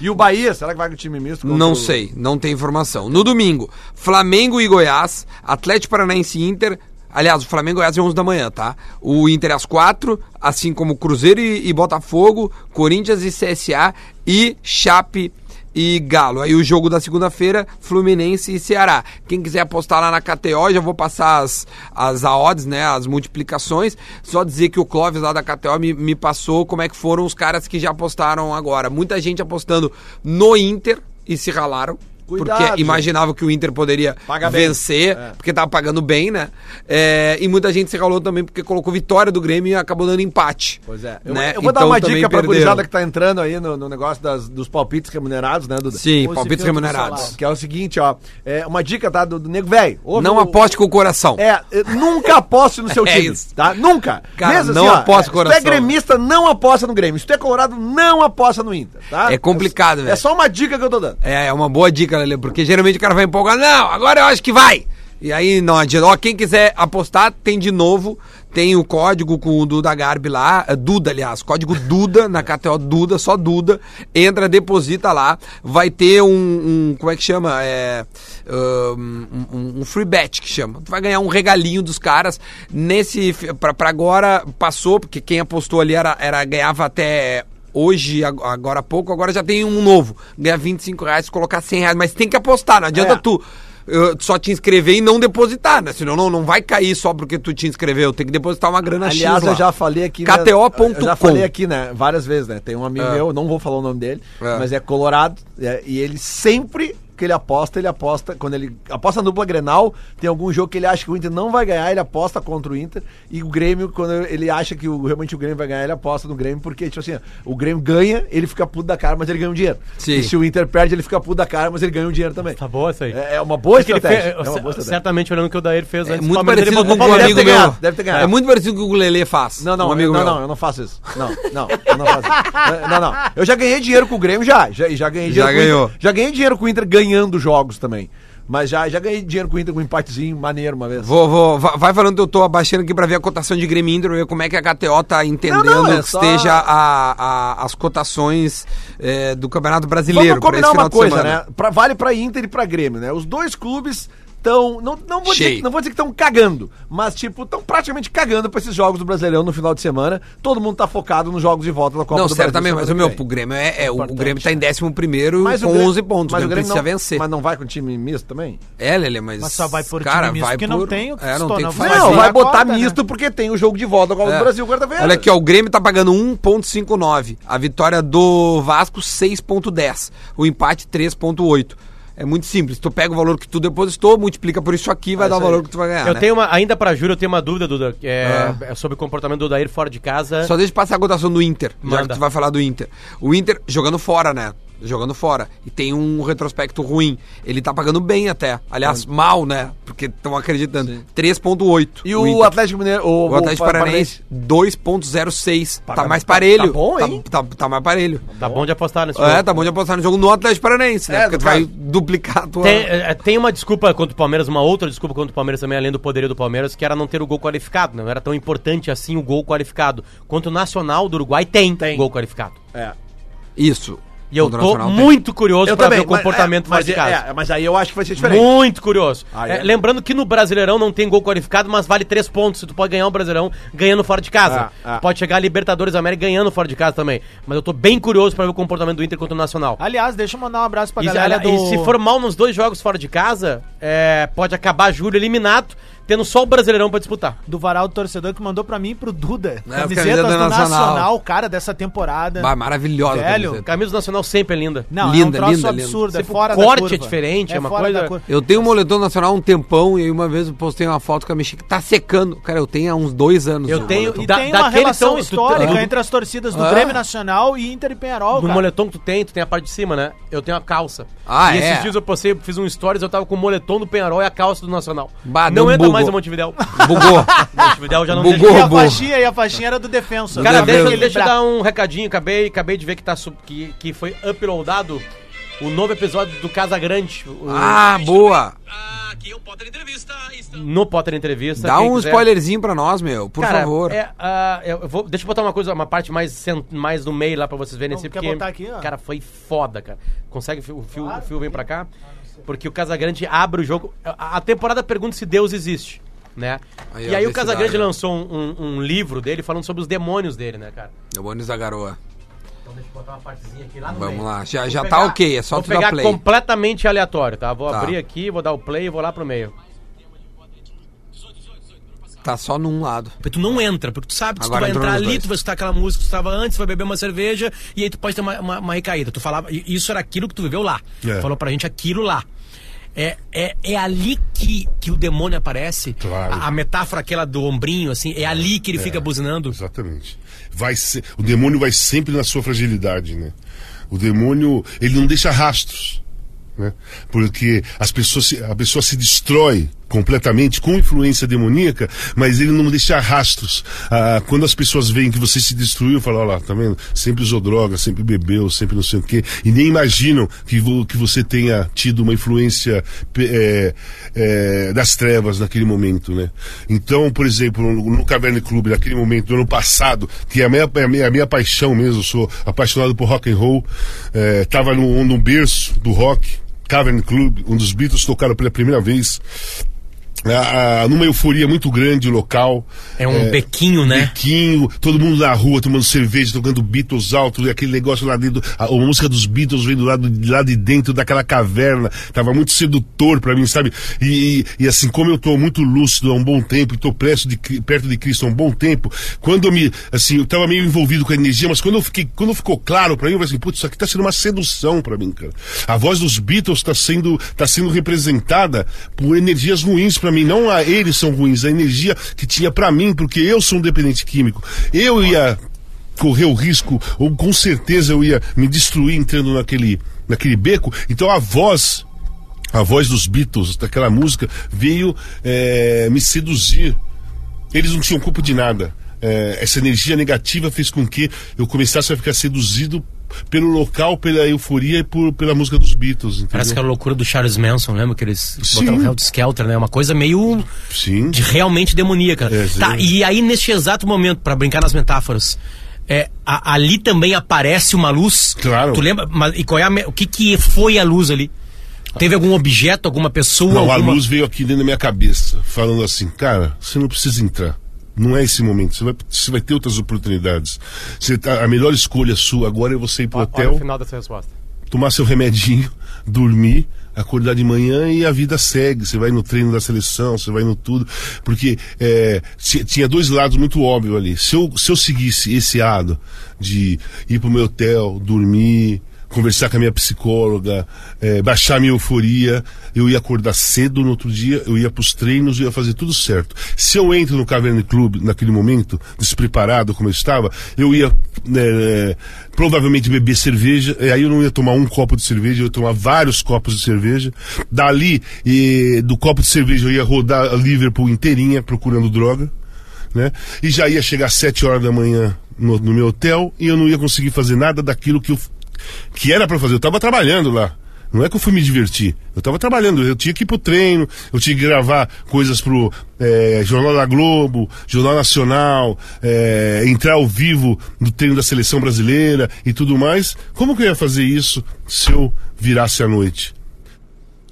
Speaker 3: E o Bahia, será que vai com um time misto? contra
Speaker 1: Não
Speaker 3: o-
Speaker 1: sei, não tem informação. No domingo, Flamengo e Goiás, Atlético Paranaense e Inter. Aliás, o Flamengo e Goiás é 11 da manhã, tá? O Inter às 4, assim como Cruzeiro e, e Botafogo, Corinthians e CSA e Chape e Galo. Aí o jogo da segunda-feira, Fluminense e Ceará. Quem quiser apostar lá na KTO, já vou passar as, as odds, né? As multiplicações. Só dizer que o Clóvis lá da KTO me, me passou como é que foram os caras que já apostaram agora. Muita gente apostando no Inter e se ralaram.
Speaker 3: Cuidado,
Speaker 1: porque imaginavam que o Inter poderia
Speaker 3: Paga bem. É.
Speaker 1: vencer, porque tava pagando bem, né? É, e muita gente se ralou também porque colocou vitória do Grêmio e acabou dando empate.
Speaker 3: Pois é. Eu,
Speaker 1: Né?
Speaker 3: eu vou dar uma dica pra gurizada que
Speaker 1: que
Speaker 3: tá entrando aí no, no negócio das- dos palpites remunerados, né, Duda?
Speaker 1: Sim,
Speaker 4: Pô,
Speaker 1: palpites
Speaker 4: esse filtro do
Speaker 1: remunerados.
Speaker 4: salário.
Speaker 3: Que é o seguinte, ó. É uma dica, tá? Do, do nego velho. Ouve
Speaker 1: Não
Speaker 3: o-
Speaker 1: aposte com o coração.
Speaker 3: É, eu nunca aposte no seu
Speaker 1: É
Speaker 3: time,
Speaker 1: isso.
Speaker 3: tá? Nunca.
Speaker 1: Cara, não aposta
Speaker 3: é,
Speaker 1: com coração.
Speaker 3: Se tu é gremista, não aposta no Grêmio. Se tu é colorado, não aposta no Inter, tá?
Speaker 1: É complicado,
Speaker 3: é,
Speaker 1: velho.
Speaker 3: É só uma dica que eu tô dando.
Speaker 1: É, é uma boa dica, Lele, porque geralmente o cara vai empolgar. Não, agora eu acho que vai. E aí não adianta. Ó, quem quiser apostar, tem de novo. Tem o código com o Duda Garbi lá, eh, Duda, aliás, código Duda, na KTO Duda, só Duda. Entra, deposita lá. Vai ter um. um- como é que chama? É, ah, um, um- um free bet que chama. Tu vai ganhar um regalinho dos caras. Nesse. fi- Pra, pra agora passou, porque quem apostou ali era, era ganhava até hoje, ag- agora há pouco, agora já tem um novo. Ganha 25 reais, colocar 100 reais, mas tem que apostar, não adianta
Speaker 4: É.
Speaker 1: tu eh, só te inscrever e não depositar, né? Senão não, não vai cair só porque tu te inscreveu, tem que depositar uma grana
Speaker 3: Aliás,
Speaker 1: X lá.
Speaker 3: eu já falei aqui. né?
Speaker 1: KTO.com.
Speaker 3: Eu já falei aqui, né? Várias vezes, né? Tem um amigo
Speaker 1: É.
Speaker 3: meu, não vou falar o nome dele,
Speaker 1: É.
Speaker 3: mas é colorado. é, e ele sempre que ele aposta, ele aposta. Quando ele aposta na dupla Grenal, tem algum jogo que ele acha que o Inter não vai ganhar, ele aposta contra o Inter. E o Grêmio, quando ele acha que o- realmente o Grêmio vai ganhar, ele aposta no Grêmio, porque, tipo assim, ó, o Grêmio ganha, ele fica puto da cara, mas ele ganha um dinheiro.
Speaker 1: Sim.
Speaker 3: E se o Inter perde, ele fica puto da cara, mas ele ganha um dinheiro também.
Speaker 5: Tá boa essa aí.
Speaker 3: É, é uma boa
Speaker 5: Porque ele
Speaker 3: estratégia.
Speaker 5: fez-
Speaker 3: é uma boa estratégia.
Speaker 5: certamente olhando o que o Daír fez
Speaker 1: É
Speaker 5: antes.
Speaker 1: muito
Speaker 5: Palmeiras,
Speaker 1: parecido
Speaker 5: ele
Speaker 1: com o que
Speaker 5: botou
Speaker 1: um
Speaker 5: Palmeiras.
Speaker 1: amigo
Speaker 3: deve ter
Speaker 1: meu.
Speaker 3: ganhado, deve ter ganhado.
Speaker 1: É muito parecido com o que o Lelê faz.
Speaker 3: Não, não,
Speaker 1: um amigo
Speaker 3: eu, não,
Speaker 1: meu.
Speaker 3: não, eu não faço isso. Não, não, eu não faço isso. Não, não. Eu já ganhei dinheiro com o Grêmio já. Já, já ganhei
Speaker 1: Já
Speaker 3: dinheiro. com o
Speaker 1: ganhou.
Speaker 3: Inter, já ganhei dinheiro com o Inter ganhando jogos também. Mas já, já ganhei dinheiro com o Inter com um empatezinho maneiro uma vez.
Speaker 1: Vou, vou, va- vai falando que eu tô abaixando aqui pra ver a cotação de Grêmio Inter, ver como é que a KTO tá entendendo
Speaker 3: Não, não, é
Speaker 1: que
Speaker 3: só-
Speaker 1: esteja a- a- as cotações eh, do Campeonato Brasileiro
Speaker 3: Vamos combinar uma coisa,
Speaker 1: semana.
Speaker 3: né? Pra, vale pra Inter e pra Grêmio, né? Os dois clubes estão. Não, não, vou dizer,
Speaker 1: Cheio.
Speaker 3: que- não vou dizer que estão cagando, mas, tipo, estão praticamente cagando pra esses jogos do Brasileirão no final de semana. Todo mundo tá focado nos jogos de volta da Copa
Speaker 1: Não,
Speaker 3: do
Speaker 1: certamente, mas o
Speaker 3: semana
Speaker 1: meu,
Speaker 3: que
Speaker 1: pro
Speaker 3: vem.
Speaker 1: Grêmio é, é, o, o Grêmio tá em 11 primeiro
Speaker 3: Mas
Speaker 1: com
Speaker 3: o Grêmio-
Speaker 1: 11 pontos, né?
Speaker 3: mas
Speaker 1: o Grêmio precisa
Speaker 3: não,
Speaker 1: vencer.
Speaker 3: Mas não vai com time misto também?
Speaker 1: É, Lelê, mas.
Speaker 4: Mas só vai por
Speaker 1: cara,
Speaker 4: time misto,
Speaker 1: vai
Speaker 4: porque não tem o que
Speaker 1: é, não
Speaker 4: se
Speaker 1: tem o
Speaker 4: tornar
Speaker 1: que
Speaker 4: Vai
Speaker 1: fazer.
Speaker 3: não,
Speaker 4: ser
Speaker 3: vai
Speaker 4: a
Speaker 3: botar
Speaker 4: Copa, né?
Speaker 3: misto porque tem o jogo de volta da Copa
Speaker 1: É.
Speaker 3: do Brasil quarta-feira.
Speaker 1: Olha aqui, ó, o Grêmio tá pagando 1.59, a vitória do Vasco 6.10, o empate 3.8. É muito simples, tu pega o valor que tu depositou, multiplica por isso aqui, vai
Speaker 3: É
Speaker 1: dar o
Speaker 3: isso aí.
Speaker 1: valor que tu vai ganhar,
Speaker 5: Eu
Speaker 1: né?
Speaker 5: tenho uma, ainda pra Júlia, eu tenho uma dúvida, Duda, que é,
Speaker 3: Ah.
Speaker 5: é sobre o comportamento do Daír fora de casa.
Speaker 1: Só deixa eu passar a cotação do Inter, já que
Speaker 5: Manda.
Speaker 1: tu vai falar do Inter. O Inter jogando fora, né? Jogando fora. E tem um retrospecto ruim. Ele tá pagando bem até. Aliás, mal, né? Porque estão acreditando. 3.8.
Speaker 3: E o,
Speaker 1: Inter.
Speaker 3: Atlético Mineiro. O,
Speaker 1: O Atlético Paranaense, 2.06. Tá mais parelho.
Speaker 3: tá bom, hein?
Speaker 1: Tá, tá- tá mais parelho.
Speaker 5: Tá bom de apostar nesse
Speaker 1: É, tá bom de apostar no jogo no Atlético Paranaense, né?
Speaker 3: É,
Speaker 1: Porque
Speaker 3: no
Speaker 1: tu vai
Speaker 3: caso.
Speaker 1: duplicar a tua...
Speaker 5: Tem, é, tem uma desculpa contra o Palmeiras, uma outra desculpa contra o Palmeiras também, além do poderio do Palmeiras, que era não ter o gol qualificado. Não era tão importante assim o gol qualificado. Quanto o Nacional do Uruguai tem, gol qualificado.
Speaker 3: É.
Speaker 1: Isso.
Speaker 5: E eu
Speaker 1: Contra o
Speaker 5: tô
Speaker 1: Nacional tem.
Speaker 5: muito curioso
Speaker 3: Eu
Speaker 5: pra
Speaker 3: também.
Speaker 5: ver o comportamento
Speaker 3: mas, é,
Speaker 5: fora de casa.
Speaker 3: mas, é, mas aí eu acho que vai ser diferente.
Speaker 1: Hum,
Speaker 5: Muito curioso.
Speaker 3: Ah,
Speaker 5: É,
Speaker 3: é?
Speaker 5: lembrando que no Brasileirão não tem gol qualificado, mas vale três pontos. Tu pode ganhar o Brasileirão ganhando fora de casa.
Speaker 3: Ah, ah.
Speaker 5: Pode chegar a Libertadores da América ganhando fora de casa também. Mas eu tô bem curioso pra ver o comportamento do Inter contra o Nacional.
Speaker 4: Aliás, deixa eu mandar um abraço pra
Speaker 5: E, se-
Speaker 4: galera
Speaker 5: aliás,
Speaker 4: do...
Speaker 5: e se for mal nos dois jogos fora de casa, é, pode acabar julho eliminado, tendo só o Brasileirão pra disputar.
Speaker 4: do Varal do Torcedor que mandou pra mim e pro Duda.
Speaker 1: É,
Speaker 4: Camisetas
Speaker 1: camiseta
Speaker 4: do
Speaker 1: Nacional.
Speaker 4: Nacional. cara, dessa temporada.
Speaker 1: Bah, maravilhosa. a
Speaker 4: Velho,
Speaker 1: camiseta.
Speaker 5: Camisa do Nacional sempre é linda.
Speaker 4: Não,
Speaker 1: linda,
Speaker 4: é um troço
Speaker 1: linda, linda.
Speaker 4: absurdo, é
Speaker 5: Sempre o
Speaker 4: fora
Speaker 5: corte
Speaker 4: da curva.
Speaker 5: é diferente, é uma
Speaker 4: fora
Speaker 5: coisa-
Speaker 4: da curva.
Speaker 1: Eu tenho um moletom nacional há um tempão e aí uma vez eu postei uma foto com a mexica que tá secando. Cara, eu tenho há uns dois anos.
Speaker 5: Eu
Speaker 1: o
Speaker 5: tenho-
Speaker 1: moletom.
Speaker 4: E
Speaker 5: Da-
Speaker 4: tem uma
Speaker 5: daquele
Speaker 4: relação
Speaker 5: tão-
Speaker 4: histórica
Speaker 5: do-
Speaker 4: entre as torcidas do
Speaker 1: Ah.
Speaker 4: Grêmio Nacional e Inter e Penharol,
Speaker 5: No
Speaker 4: cara.
Speaker 5: moletom que tu tem, tu tem a parte de cima, né? Eu tenho a calça.
Speaker 1: Ah,
Speaker 5: e esses
Speaker 1: é?
Speaker 5: dias eu postei, fiz um stories, eu tava com o moletom do Penharol e a calça do Nacional.
Speaker 1: Bah, deu
Speaker 5: não
Speaker 1: um
Speaker 5: entra
Speaker 1: bugou.
Speaker 5: mais o Montevidéu.
Speaker 1: Bugou.
Speaker 5: Montevidéu já não
Speaker 1: Bugou.
Speaker 5: deixa-
Speaker 4: E a
Speaker 1: boa.
Speaker 4: faixinha, e a faixinha era do Defensa.
Speaker 5: Cara,
Speaker 1: Tá
Speaker 5: deixa,
Speaker 1: vendo?
Speaker 5: deixa eu dar um recadinho. Acabei, acabei de ver que, tá, sub- que, que foi uploadado o novo episódio do Casa Grande. o-
Speaker 1: ah, boa.
Speaker 5: No Potter Entrevista.
Speaker 1: Dá
Speaker 5: quem
Speaker 1: um
Speaker 5: quiser.
Speaker 1: spoilerzinho pra nós, meu, por
Speaker 5: Cara,
Speaker 1: favor.
Speaker 5: é, ah, eu vou, deixa eu botar uma coisa, uma parte mais, cent- mais no meio lá pra vocês verem.
Speaker 4: Não,
Speaker 5: assim,
Speaker 4: quer botar aqui, ó?
Speaker 5: Cara, foi foda, cara. Consegue, o fio, o fio, o fio vem pra
Speaker 4: Ah,
Speaker 5: cá. Porque o Casagrande abre o jogo. A, a temporada pergunta se Deus existe, né?
Speaker 1: Aí, ó, né?
Speaker 5: e aí o
Speaker 1: desse
Speaker 5: Casagrande
Speaker 1: lado.
Speaker 5: lançou um, um- um livro dele falando sobre os demônios dele, né, cara?
Speaker 1: Demônios da Garoa.
Speaker 5: Então deixa eu botar uma partezinha aqui lá no
Speaker 1: Vamos
Speaker 5: meio.
Speaker 1: lá, já,
Speaker 5: Vou
Speaker 1: já tá
Speaker 5: pegar-
Speaker 1: ok, é só
Speaker 5: vou
Speaker 1: tu dar
Speaker 5: pegar
Speaker 1: play.
Speaker 5: completamente aleatório, tá? Vou
Speaker 1: Tá.
Speaker 5: abrir aqui, vou dar o play e vou lá pro meio.
Speaker 1: Tá só num lado.
Speaker 6: Porque tu não entra, porque tu sabe que se tu
Speaker 1: Agora
Speaker 6: vai
Speaker 1: entrou
Speaker 6: entrar
Speaker 1: nos
Speaker 6: ali,
Speaker 1: dois.
Speaker 6: tu vai escutar aquela música que tu estava antes, vai beber uma cerveja e aí tu pode ter uma, uma, uma recaída. Tu falava, e isso era aquilo que tu viveu lá.
Speaker 7: É.
Speaker 6: Falou pra gente aquilo lá. É, é, é ali que, que o demônio aparece.
Speaker 7: Claro.
Speaker 6: A, a metáfora aquela do ombrinho, assim, é ali que ele fica buzinando.
Speaker 7: Exatamente. Vai ser, o demônio vai sempre na sua fragilidade, né? O demônio, ele não deixa rastros, né? Porque as pessoas se, a pessoa se destrói completamente com influência demoníaca, mas ele não deixa rastros. Ah, quando as pessoas veem que você se destruiu, falam, olha lá, tá vendo? Sempre usou droga, sempre bebeu, sempre não sei o quê, e nem imaginam que, vo- que você tenha tido uma influência pe- é, é, das trevas naquele momento, né? Então, por exemplo, no, no Caverne Clube, naquele momento, do ano passado, que é a minha, é a minha, a minha paixão mesmo, eu sou apaixonado por rock and roll, eh, tava no, no berço do rock, Cavern Club, um dos Beatles tocaram pela primeira vez. Ah, ah, numa euforia muito grande o local.
Speaker 6: É um bequinho, né?
Speaker 7: Bequinho, todo mundo na rua tomando cerveja, tocando Beatles alto, e aquele negócio lá dentro, a, a música dos Beatles vem do lado de lá de dentro daquela caverna, tava muito sedutor pra mim, sabe? E, e- e assim, como eu tô muito lúcido há um bom tempo, e tô presto de, Cri- perto de Cristo há um bom tempo, quando eu me, assim, eu tava meio envolvido com a energia, mas quando eu fiquei, quando ficou claro pra mim, eu falei assim, putz, isso aqui tá sendo uma sedução pra mim, cara. A voz dos Beatles tá sendo, tá sendo representada por energias ruins pra mim, não a eles são ruins, a energia que tinha pra mim, porque eu sou um dependente químico. Eu ia correr o risco, ou com certeza eu ia me destruir entrando naquele, naquele beco. Então a voz a voz dos Beatles, daquela música, veio eh, me seduzir. Eles não tinham culpa de nada. Eh, essa energia negativa fez com que eu começasse a ficar seduzido pelo local, pela euforia e por, pela música dos Beatles. Entendeu?
Speaker 6: Parece é aquela loucura do Charles Manson, lembra? Que eles
Speaker 7: Sim.
Speaker 6: botaram Helter Skelter, né? Uma coisa meio
Speaker 7: Sim.
Speaker 6: de realmente demoníaca.
Speaker 7: É, sim.
Speaker 6: tá, e aí neste exato momento, pra brincar nas metáforas, é, a- ali também aparece uma luz.
Speaker 7: Claro.
Speaker 6: Tu lembra? Mas, e qual é a me- o que, que foi a luz ali? Teve algum objeto, alguma pessoa?
Speaker 7: Não, a
Speaker 6: alguma...
Speaker 7: luz veio aqui dentro da minha cabeça, falando assim, cara, você não precisa entrar. Não é esse momento. Você vai, você vai ter outras oportunidades. Você tá- a melhor escolha sua agora é você ir pro
Speaker 5: Olha
Speaker 7: hotel.
Speaker 5: o final dessa resposta.
Speaker 7: tomar seu remedinho, dormir, acordar de manhã e a vida segue. Você vai no treino da seleção, você vai no tudo. Porque é, ti- tinha dois lados muito óbvios ali. Se eu, se eu seguisse esse lado de ir pro meu hotel, dormir, conversar com a minha psicóloga, é, baixar a minha euforia, eu ia acordar cedo no outro dia, eu ia pros treinos, eu ia fazer tudo certo. Se eu entro no Caverne Club naquele momento, despreparado como eu estava, eu ia é, provavelmente beber cerveja, e aí eu não ia tomar um copo de cerveja, eu ia tomar vários copos de cerveja. Dali, e, do copo de cerveja, eu ia rodar a Liverpool inteirinha procurando droga, né? E já ia chegar às sete horas da manhã no, no meu hotel e eu não ia conseguir fazer nada daquilo que eu f- que era pra fazer. Eu tava trabalhando lá. Não é que eu fui me divertir. Eu tava trabalhando, eu tinha que ir pro treino, eu tinha que gravar coisas pro eh, Jornal da Globo, Jornal Nacional, eh, entrar ao vivo no treino da seleção brasileira e tudo mais. Como que eu ia fazer isso se eu virasse à noite?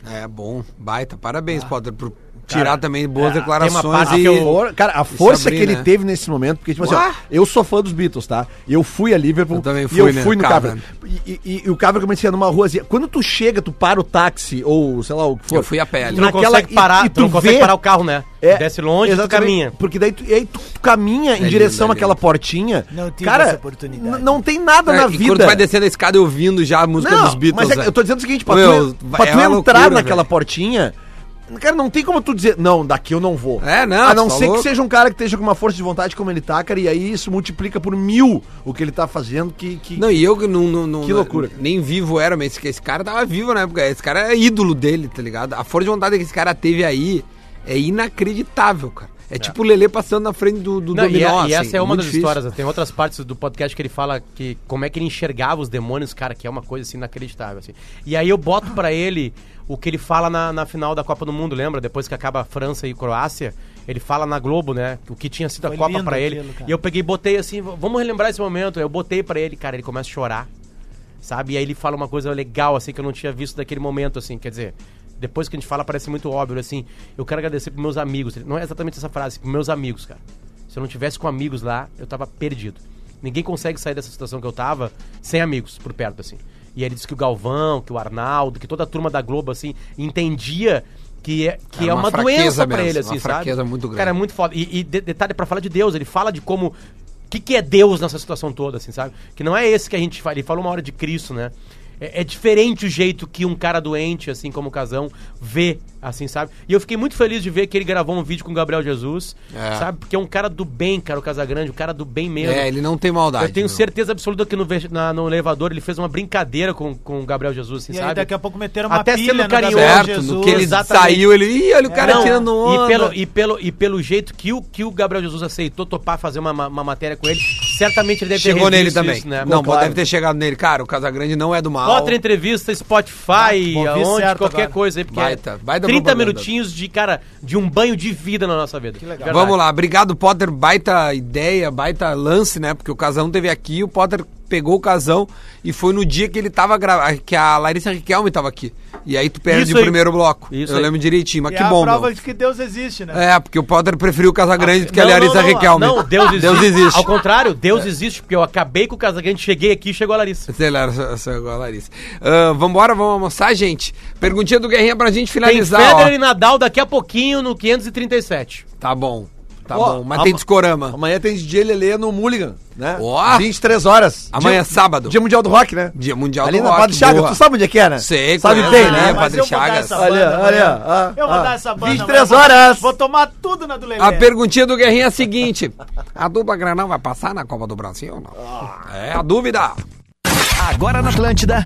Speaker 1: É bom, baita. Parabéns, Potter, por tirar também boas declarações.
Speaker 5: Ah. é, tem uma parte
Speaker 1: e...
Speaker 5: que eu-
Speaker 3: For- cara, a força
Speaker 1: abrir,
Speaker 3: que ele
Speaker 1: né?
Speaker 3: teve nesse momento, porque, tipo assim,
Speaker 1: Uá!
Speaker 3: ó, eu sou fã dos Beatles, tá? Eu fui a Liverpool
Speaker 1: Eu também fui,
Speaker 3: e eu
Speaker 1: né,
Speaker 3: fui no
Speaker 1: Cavern.
Speaker 3: Cavern. E, e- e o Cavern começa numa rua assim. Quando tu chega, tu para o táxi ou sei lá o que for.
Speaker 1: Eu fui a pé ali.
Speaker 5: Tu não
Speaker 3: naquela-
Speaker 5: consegue parar,
Speaker 3: e- e
Speaker 5: tu não
Speaker 3: tu
Speaker 5: consegue
Speaker 3: vê-
Speaker 5: parar o carro, né?
Speaker 3: É,
Speaker 5: Desce longe, tu
Speaker 3: exatamente,
Speaker 5: caminha.
Speaker 3: Porque daí tu, e aí tu, tu caminha em
Speaker 1: lindo,
Speaker 3: direção
Speaker 1: é
Speaker 3: àquela
Speaker 1: lindo.
Speaker 3: portinha.
Speaker 4: Não tive
Speaker 3: cara,
Speaker 4: essa oportunidade.
Speaker 3: n- Não tem nada
Speaker 1: É,
Speaker 3: na
Speaker 1: e
Speaker 3: vida.
Speaker 1: Quando tu vai descendo a escada ouvindo já a música
Speaker 3: Não,
Speaker 1: dos Beatles.
Speaker 3: mas é que
Speaker 1: velho.
Speaker 3: eu tô dizendo o seguinte, pra
Speaker 1: Meu,
Speaker 3: tu, pra
Speaker 1: é
Speaker 3: tu
Speaker 1: uma
Speaker 3: entrar
Speaker 1: loucura,
Speaker 3: naquela
Speaker 1: velho.
Speaker 3: portinha, cara, não tem como tu dizer, não, daqui eu não vou.
Speaker 1: É, não,
Speaker 3: A não
Speaker 1: tá
Speaker 3: ser
Speaker 1: louco.
Speaker 3: que seja um cara que esteja com uma força de vontade como ele tá, cara, e aí isso multiplica por mil o que ele tá fazendo, que... que...
Speaker 1: Não, e eu que não, não, não-
Speaker 3: Que loucura, cara.
Speaker 1: Nem vivo era, mas esse, esse cara tava vivo na época. Esse cara é ídolo dele, tá ligado? A força de vontade que esse cara teve aí é inacreditável, cara. É, tipo o Lelê passando na frente do, do
Speaker 5: Não, e,
Speaker 1: dominó,
Speaker 5: a- e
Speaker 1: assim,
Speaker 5: essa é uma
Speaker 1: muito
Speaker 5: das
Speaker 1: difícil.
Speaker 5: histórias. né? Tem outras partes do podcast que ele fala que como é que ele enxergava os demônios, cara, que é uma coisa assim inacreditável. Assim. E aí eu boto pra ele o que ele fala na, na final da Copa do Mundo, lembra? Depois que acaba a França e Croácia, ele fala na Globo, né? O que tinha sido
Speaker 4: Foi
Speaker 5: a Copa
Speaker 4: lindo
Speaker 5: pra ele.
Speaker 4: aquilo, cara.
Speaker 5: e eu peguei e botei assim, v- vamos relembrar esse momento. Eu botei pra ele, cara, ele começa a chorar. Sabe? E aí ele fala uma coisa legal, assim, que eu não tinha visto daquele momento, assim, quer dizer. Depois que a gente fala, parece muito óbvio, assim. Eu quero agradecer pros meus amigos. Não é exatamente essa frase, pros meus amigos, cara. Se eu não tivesse com amigos lá, eu tava perdido. Ninguém consegue sair dessa situação que eu tava sem amigos por perto, assim. E aí ele disse que o Galvão, que o Arnaldo, que toda a turma da Globo, assim, entendia que é, que
Speaker 1: Era
Speaker 5: é
Speaker 1: uma
Speaker 5: uma,
Speaker 1: fraqueza
Speaker 5: doença pra
Speaker 1: mesmo,
Speaker 5: ele,
Speaker 1: uma
Speaker 5: assim, sabe?
Speaker 1: fraqueza muito grande.
Speaker 5: Cara, é muito foda. E, e de- detalhe, é pra falar de Deus, ele fala de como. O que, que é Deus nessa situação toda, assim, sabe? Que não é esse que a gente fala. Ele fala uma hora de Cristo, né? É, é diferente o jeito que um cara doente, assim como o Casão, vê, assim, sabe? E eu fiquei muito feliz de ver que ele gravou um vídeo com o Gabriel Jesus,
Speaker 1: É.
Speaker 5: sabe? Porque é um cara do bem, cara, o Casagrande, um cara do bem mesmo.
Speaker 1: É, ele não tem maldade.
Speaker 5: Eu tenho
Speaker 1: meu.
Speaker 5: certeza absoluta que no, ve- na- no elevador ele fez uma brincadeira com, com o Gabriel Jesus, assim,
Speaker 4: E
Speaker 5: sabe?
Speaker 4: aí daqui a pouco meteram uma
Speaker 5: Até
Speaker 4: pilha
Speaker 5: sendo
Speaker 4: no Gabriel
Speaker 5: carinhoso,
Speaker 1: Certo, no
Speaker 4: Jesus,
Speaker 1: que ele
Speaker 5: exatamente.
Speaker 1: saiu, ele. Ih, olha o cara
Speaker 5: Não,
Speaker 1: tirando onda.
Speaker 5: E pelo, e, pelo, e pelo jeito que o, que o Gabriel Jesus aceitou topar fazer uma, uma- uma matéria com ele, certamente ele deve
Speaker 1: Chegou
Speaker 5: ter
Speaker 1: nele
Speaker 5: revisto
Speaker 1: também.
Speaker 5: isso, né?
Speaker 1: Não,
Speaker 5: Bom,
Speaker 1: deve ter chegado nele. Cara, o Casagrande não é do mal.
Speaker 5: Outra entrevista, Spotify,
Speaker 4: Bom, vi
Speaker 5: aonde,
Speaker 4: certo
Speaker 5: qualquer
Speaker 4: agora.
Speaker 5: coisa aí, porque
Speaker 1: Baita, baita
Speaker 5: 30
Speaker 1: propaganda.
Speaker 5: minutinhos de, cara, de um banho de vida na nossa vida. Que
Speaker 4: legal.
Speaker 1: Vamos lá, obrigado, Potter. Baita ideia, baita lance, né? Porque o Casão teve aqui, o Potter pegou o Casão e foi no dia que ele tava gravando, que a Larissa Riquelme tava aqui. E aí tu perde
Speaker 5: Isso
Speaker 1: o
Speaker 5: aí.
Speaker 1: primeiro bloco.
Speaker 5: Isso
Speaker 1: Eu
Speaker 5: aí.
Speaker 1: lembro direitinho, mas
Speaker 4: E
Speaker 1: Ah, que
Speaker 4: é
Speaker 1: bom,
Speaker 4: a prova
Speaker 1: meu.
Speaker 4: de que Deus existe, né?
Speaker 1: É, porque o Potter preferiu o Casagrande do que a
Speaker 5: Ah, Não, não,
Speaker 1: Larissa
Speaker 5: não,
Speaker 1: Riquelme.
Speaker 5: Não, Deus existe.
Speaker 1: Deus existe. É.
Speaker 5: Ao contrário, Deus existe, porque eu acabei com o Casagrande, cheguei aqui e chegou a Larissa.
Speaker 1: Sei lá, só- só igual a Larissa. Ah, vambora, vamos almoçar, gente? Perguntinha do Guerrinha pra gente
Speaker 5: Tem
Speaker 1: finalizar,
Speaker 5: Federer e
Speaker 1: ó.
Speaker 5: Nadal daqui a pouquinho no 537.
Speaker 1: Tá bom, tá
Speaker 3: Ó,
Speaker 1: bom. Mas tem
Speaker 3: ama-
Speaker 1: discorama.
Speaker 3: Amanhã tem DJ Lelê no Mulligan, né?
Speaker 1: Ó!
Speaker 3: 23 horas.
Speaker 1: Amanhã é
Speaker 3: dia,
Speaker 1: sábado.
Speaker 3: dia Mundial do Rock, né?
Speaker 1: Dia Mundial
Speaker 3: Ali
Speaker 1: do
Speaker 3: na
Speaker 1: Rock,
Speaker 3: Padre Chagas,
Speaker 1: boa.
Speaker 3: tu sabe onde é que é, né?
Speaker 1: Sei,
Speaker 3: sabe
Speaker 1: conhece, né?
Speaker 3: bem, né?
Speaker 4: Ah, mas
Speaker 1: Padre
Speaker 4: eu vou dar
Speaker 1: Chagas.
Speaker 4: essa banda,
Speaker 3: Olha, olha.
Speaker 4: amanhã.
Speaker 3: ah,
Speaker 4: Eu vou
Speaker 3: ah.
Speaker 4: dar essa banda.
Speaker 3: 23
Speaker 4: amanhã.
Speaker 3: horas.
Speaker 4: Vou tomar tudo na do Lelê.
Speaker 1: A perguntinha do Guerrinha é a seguinte: a dupla Granal vai passar na Copa do Brasil ou não? É a dúvida.
Speaker 8: Agora na Atlântida,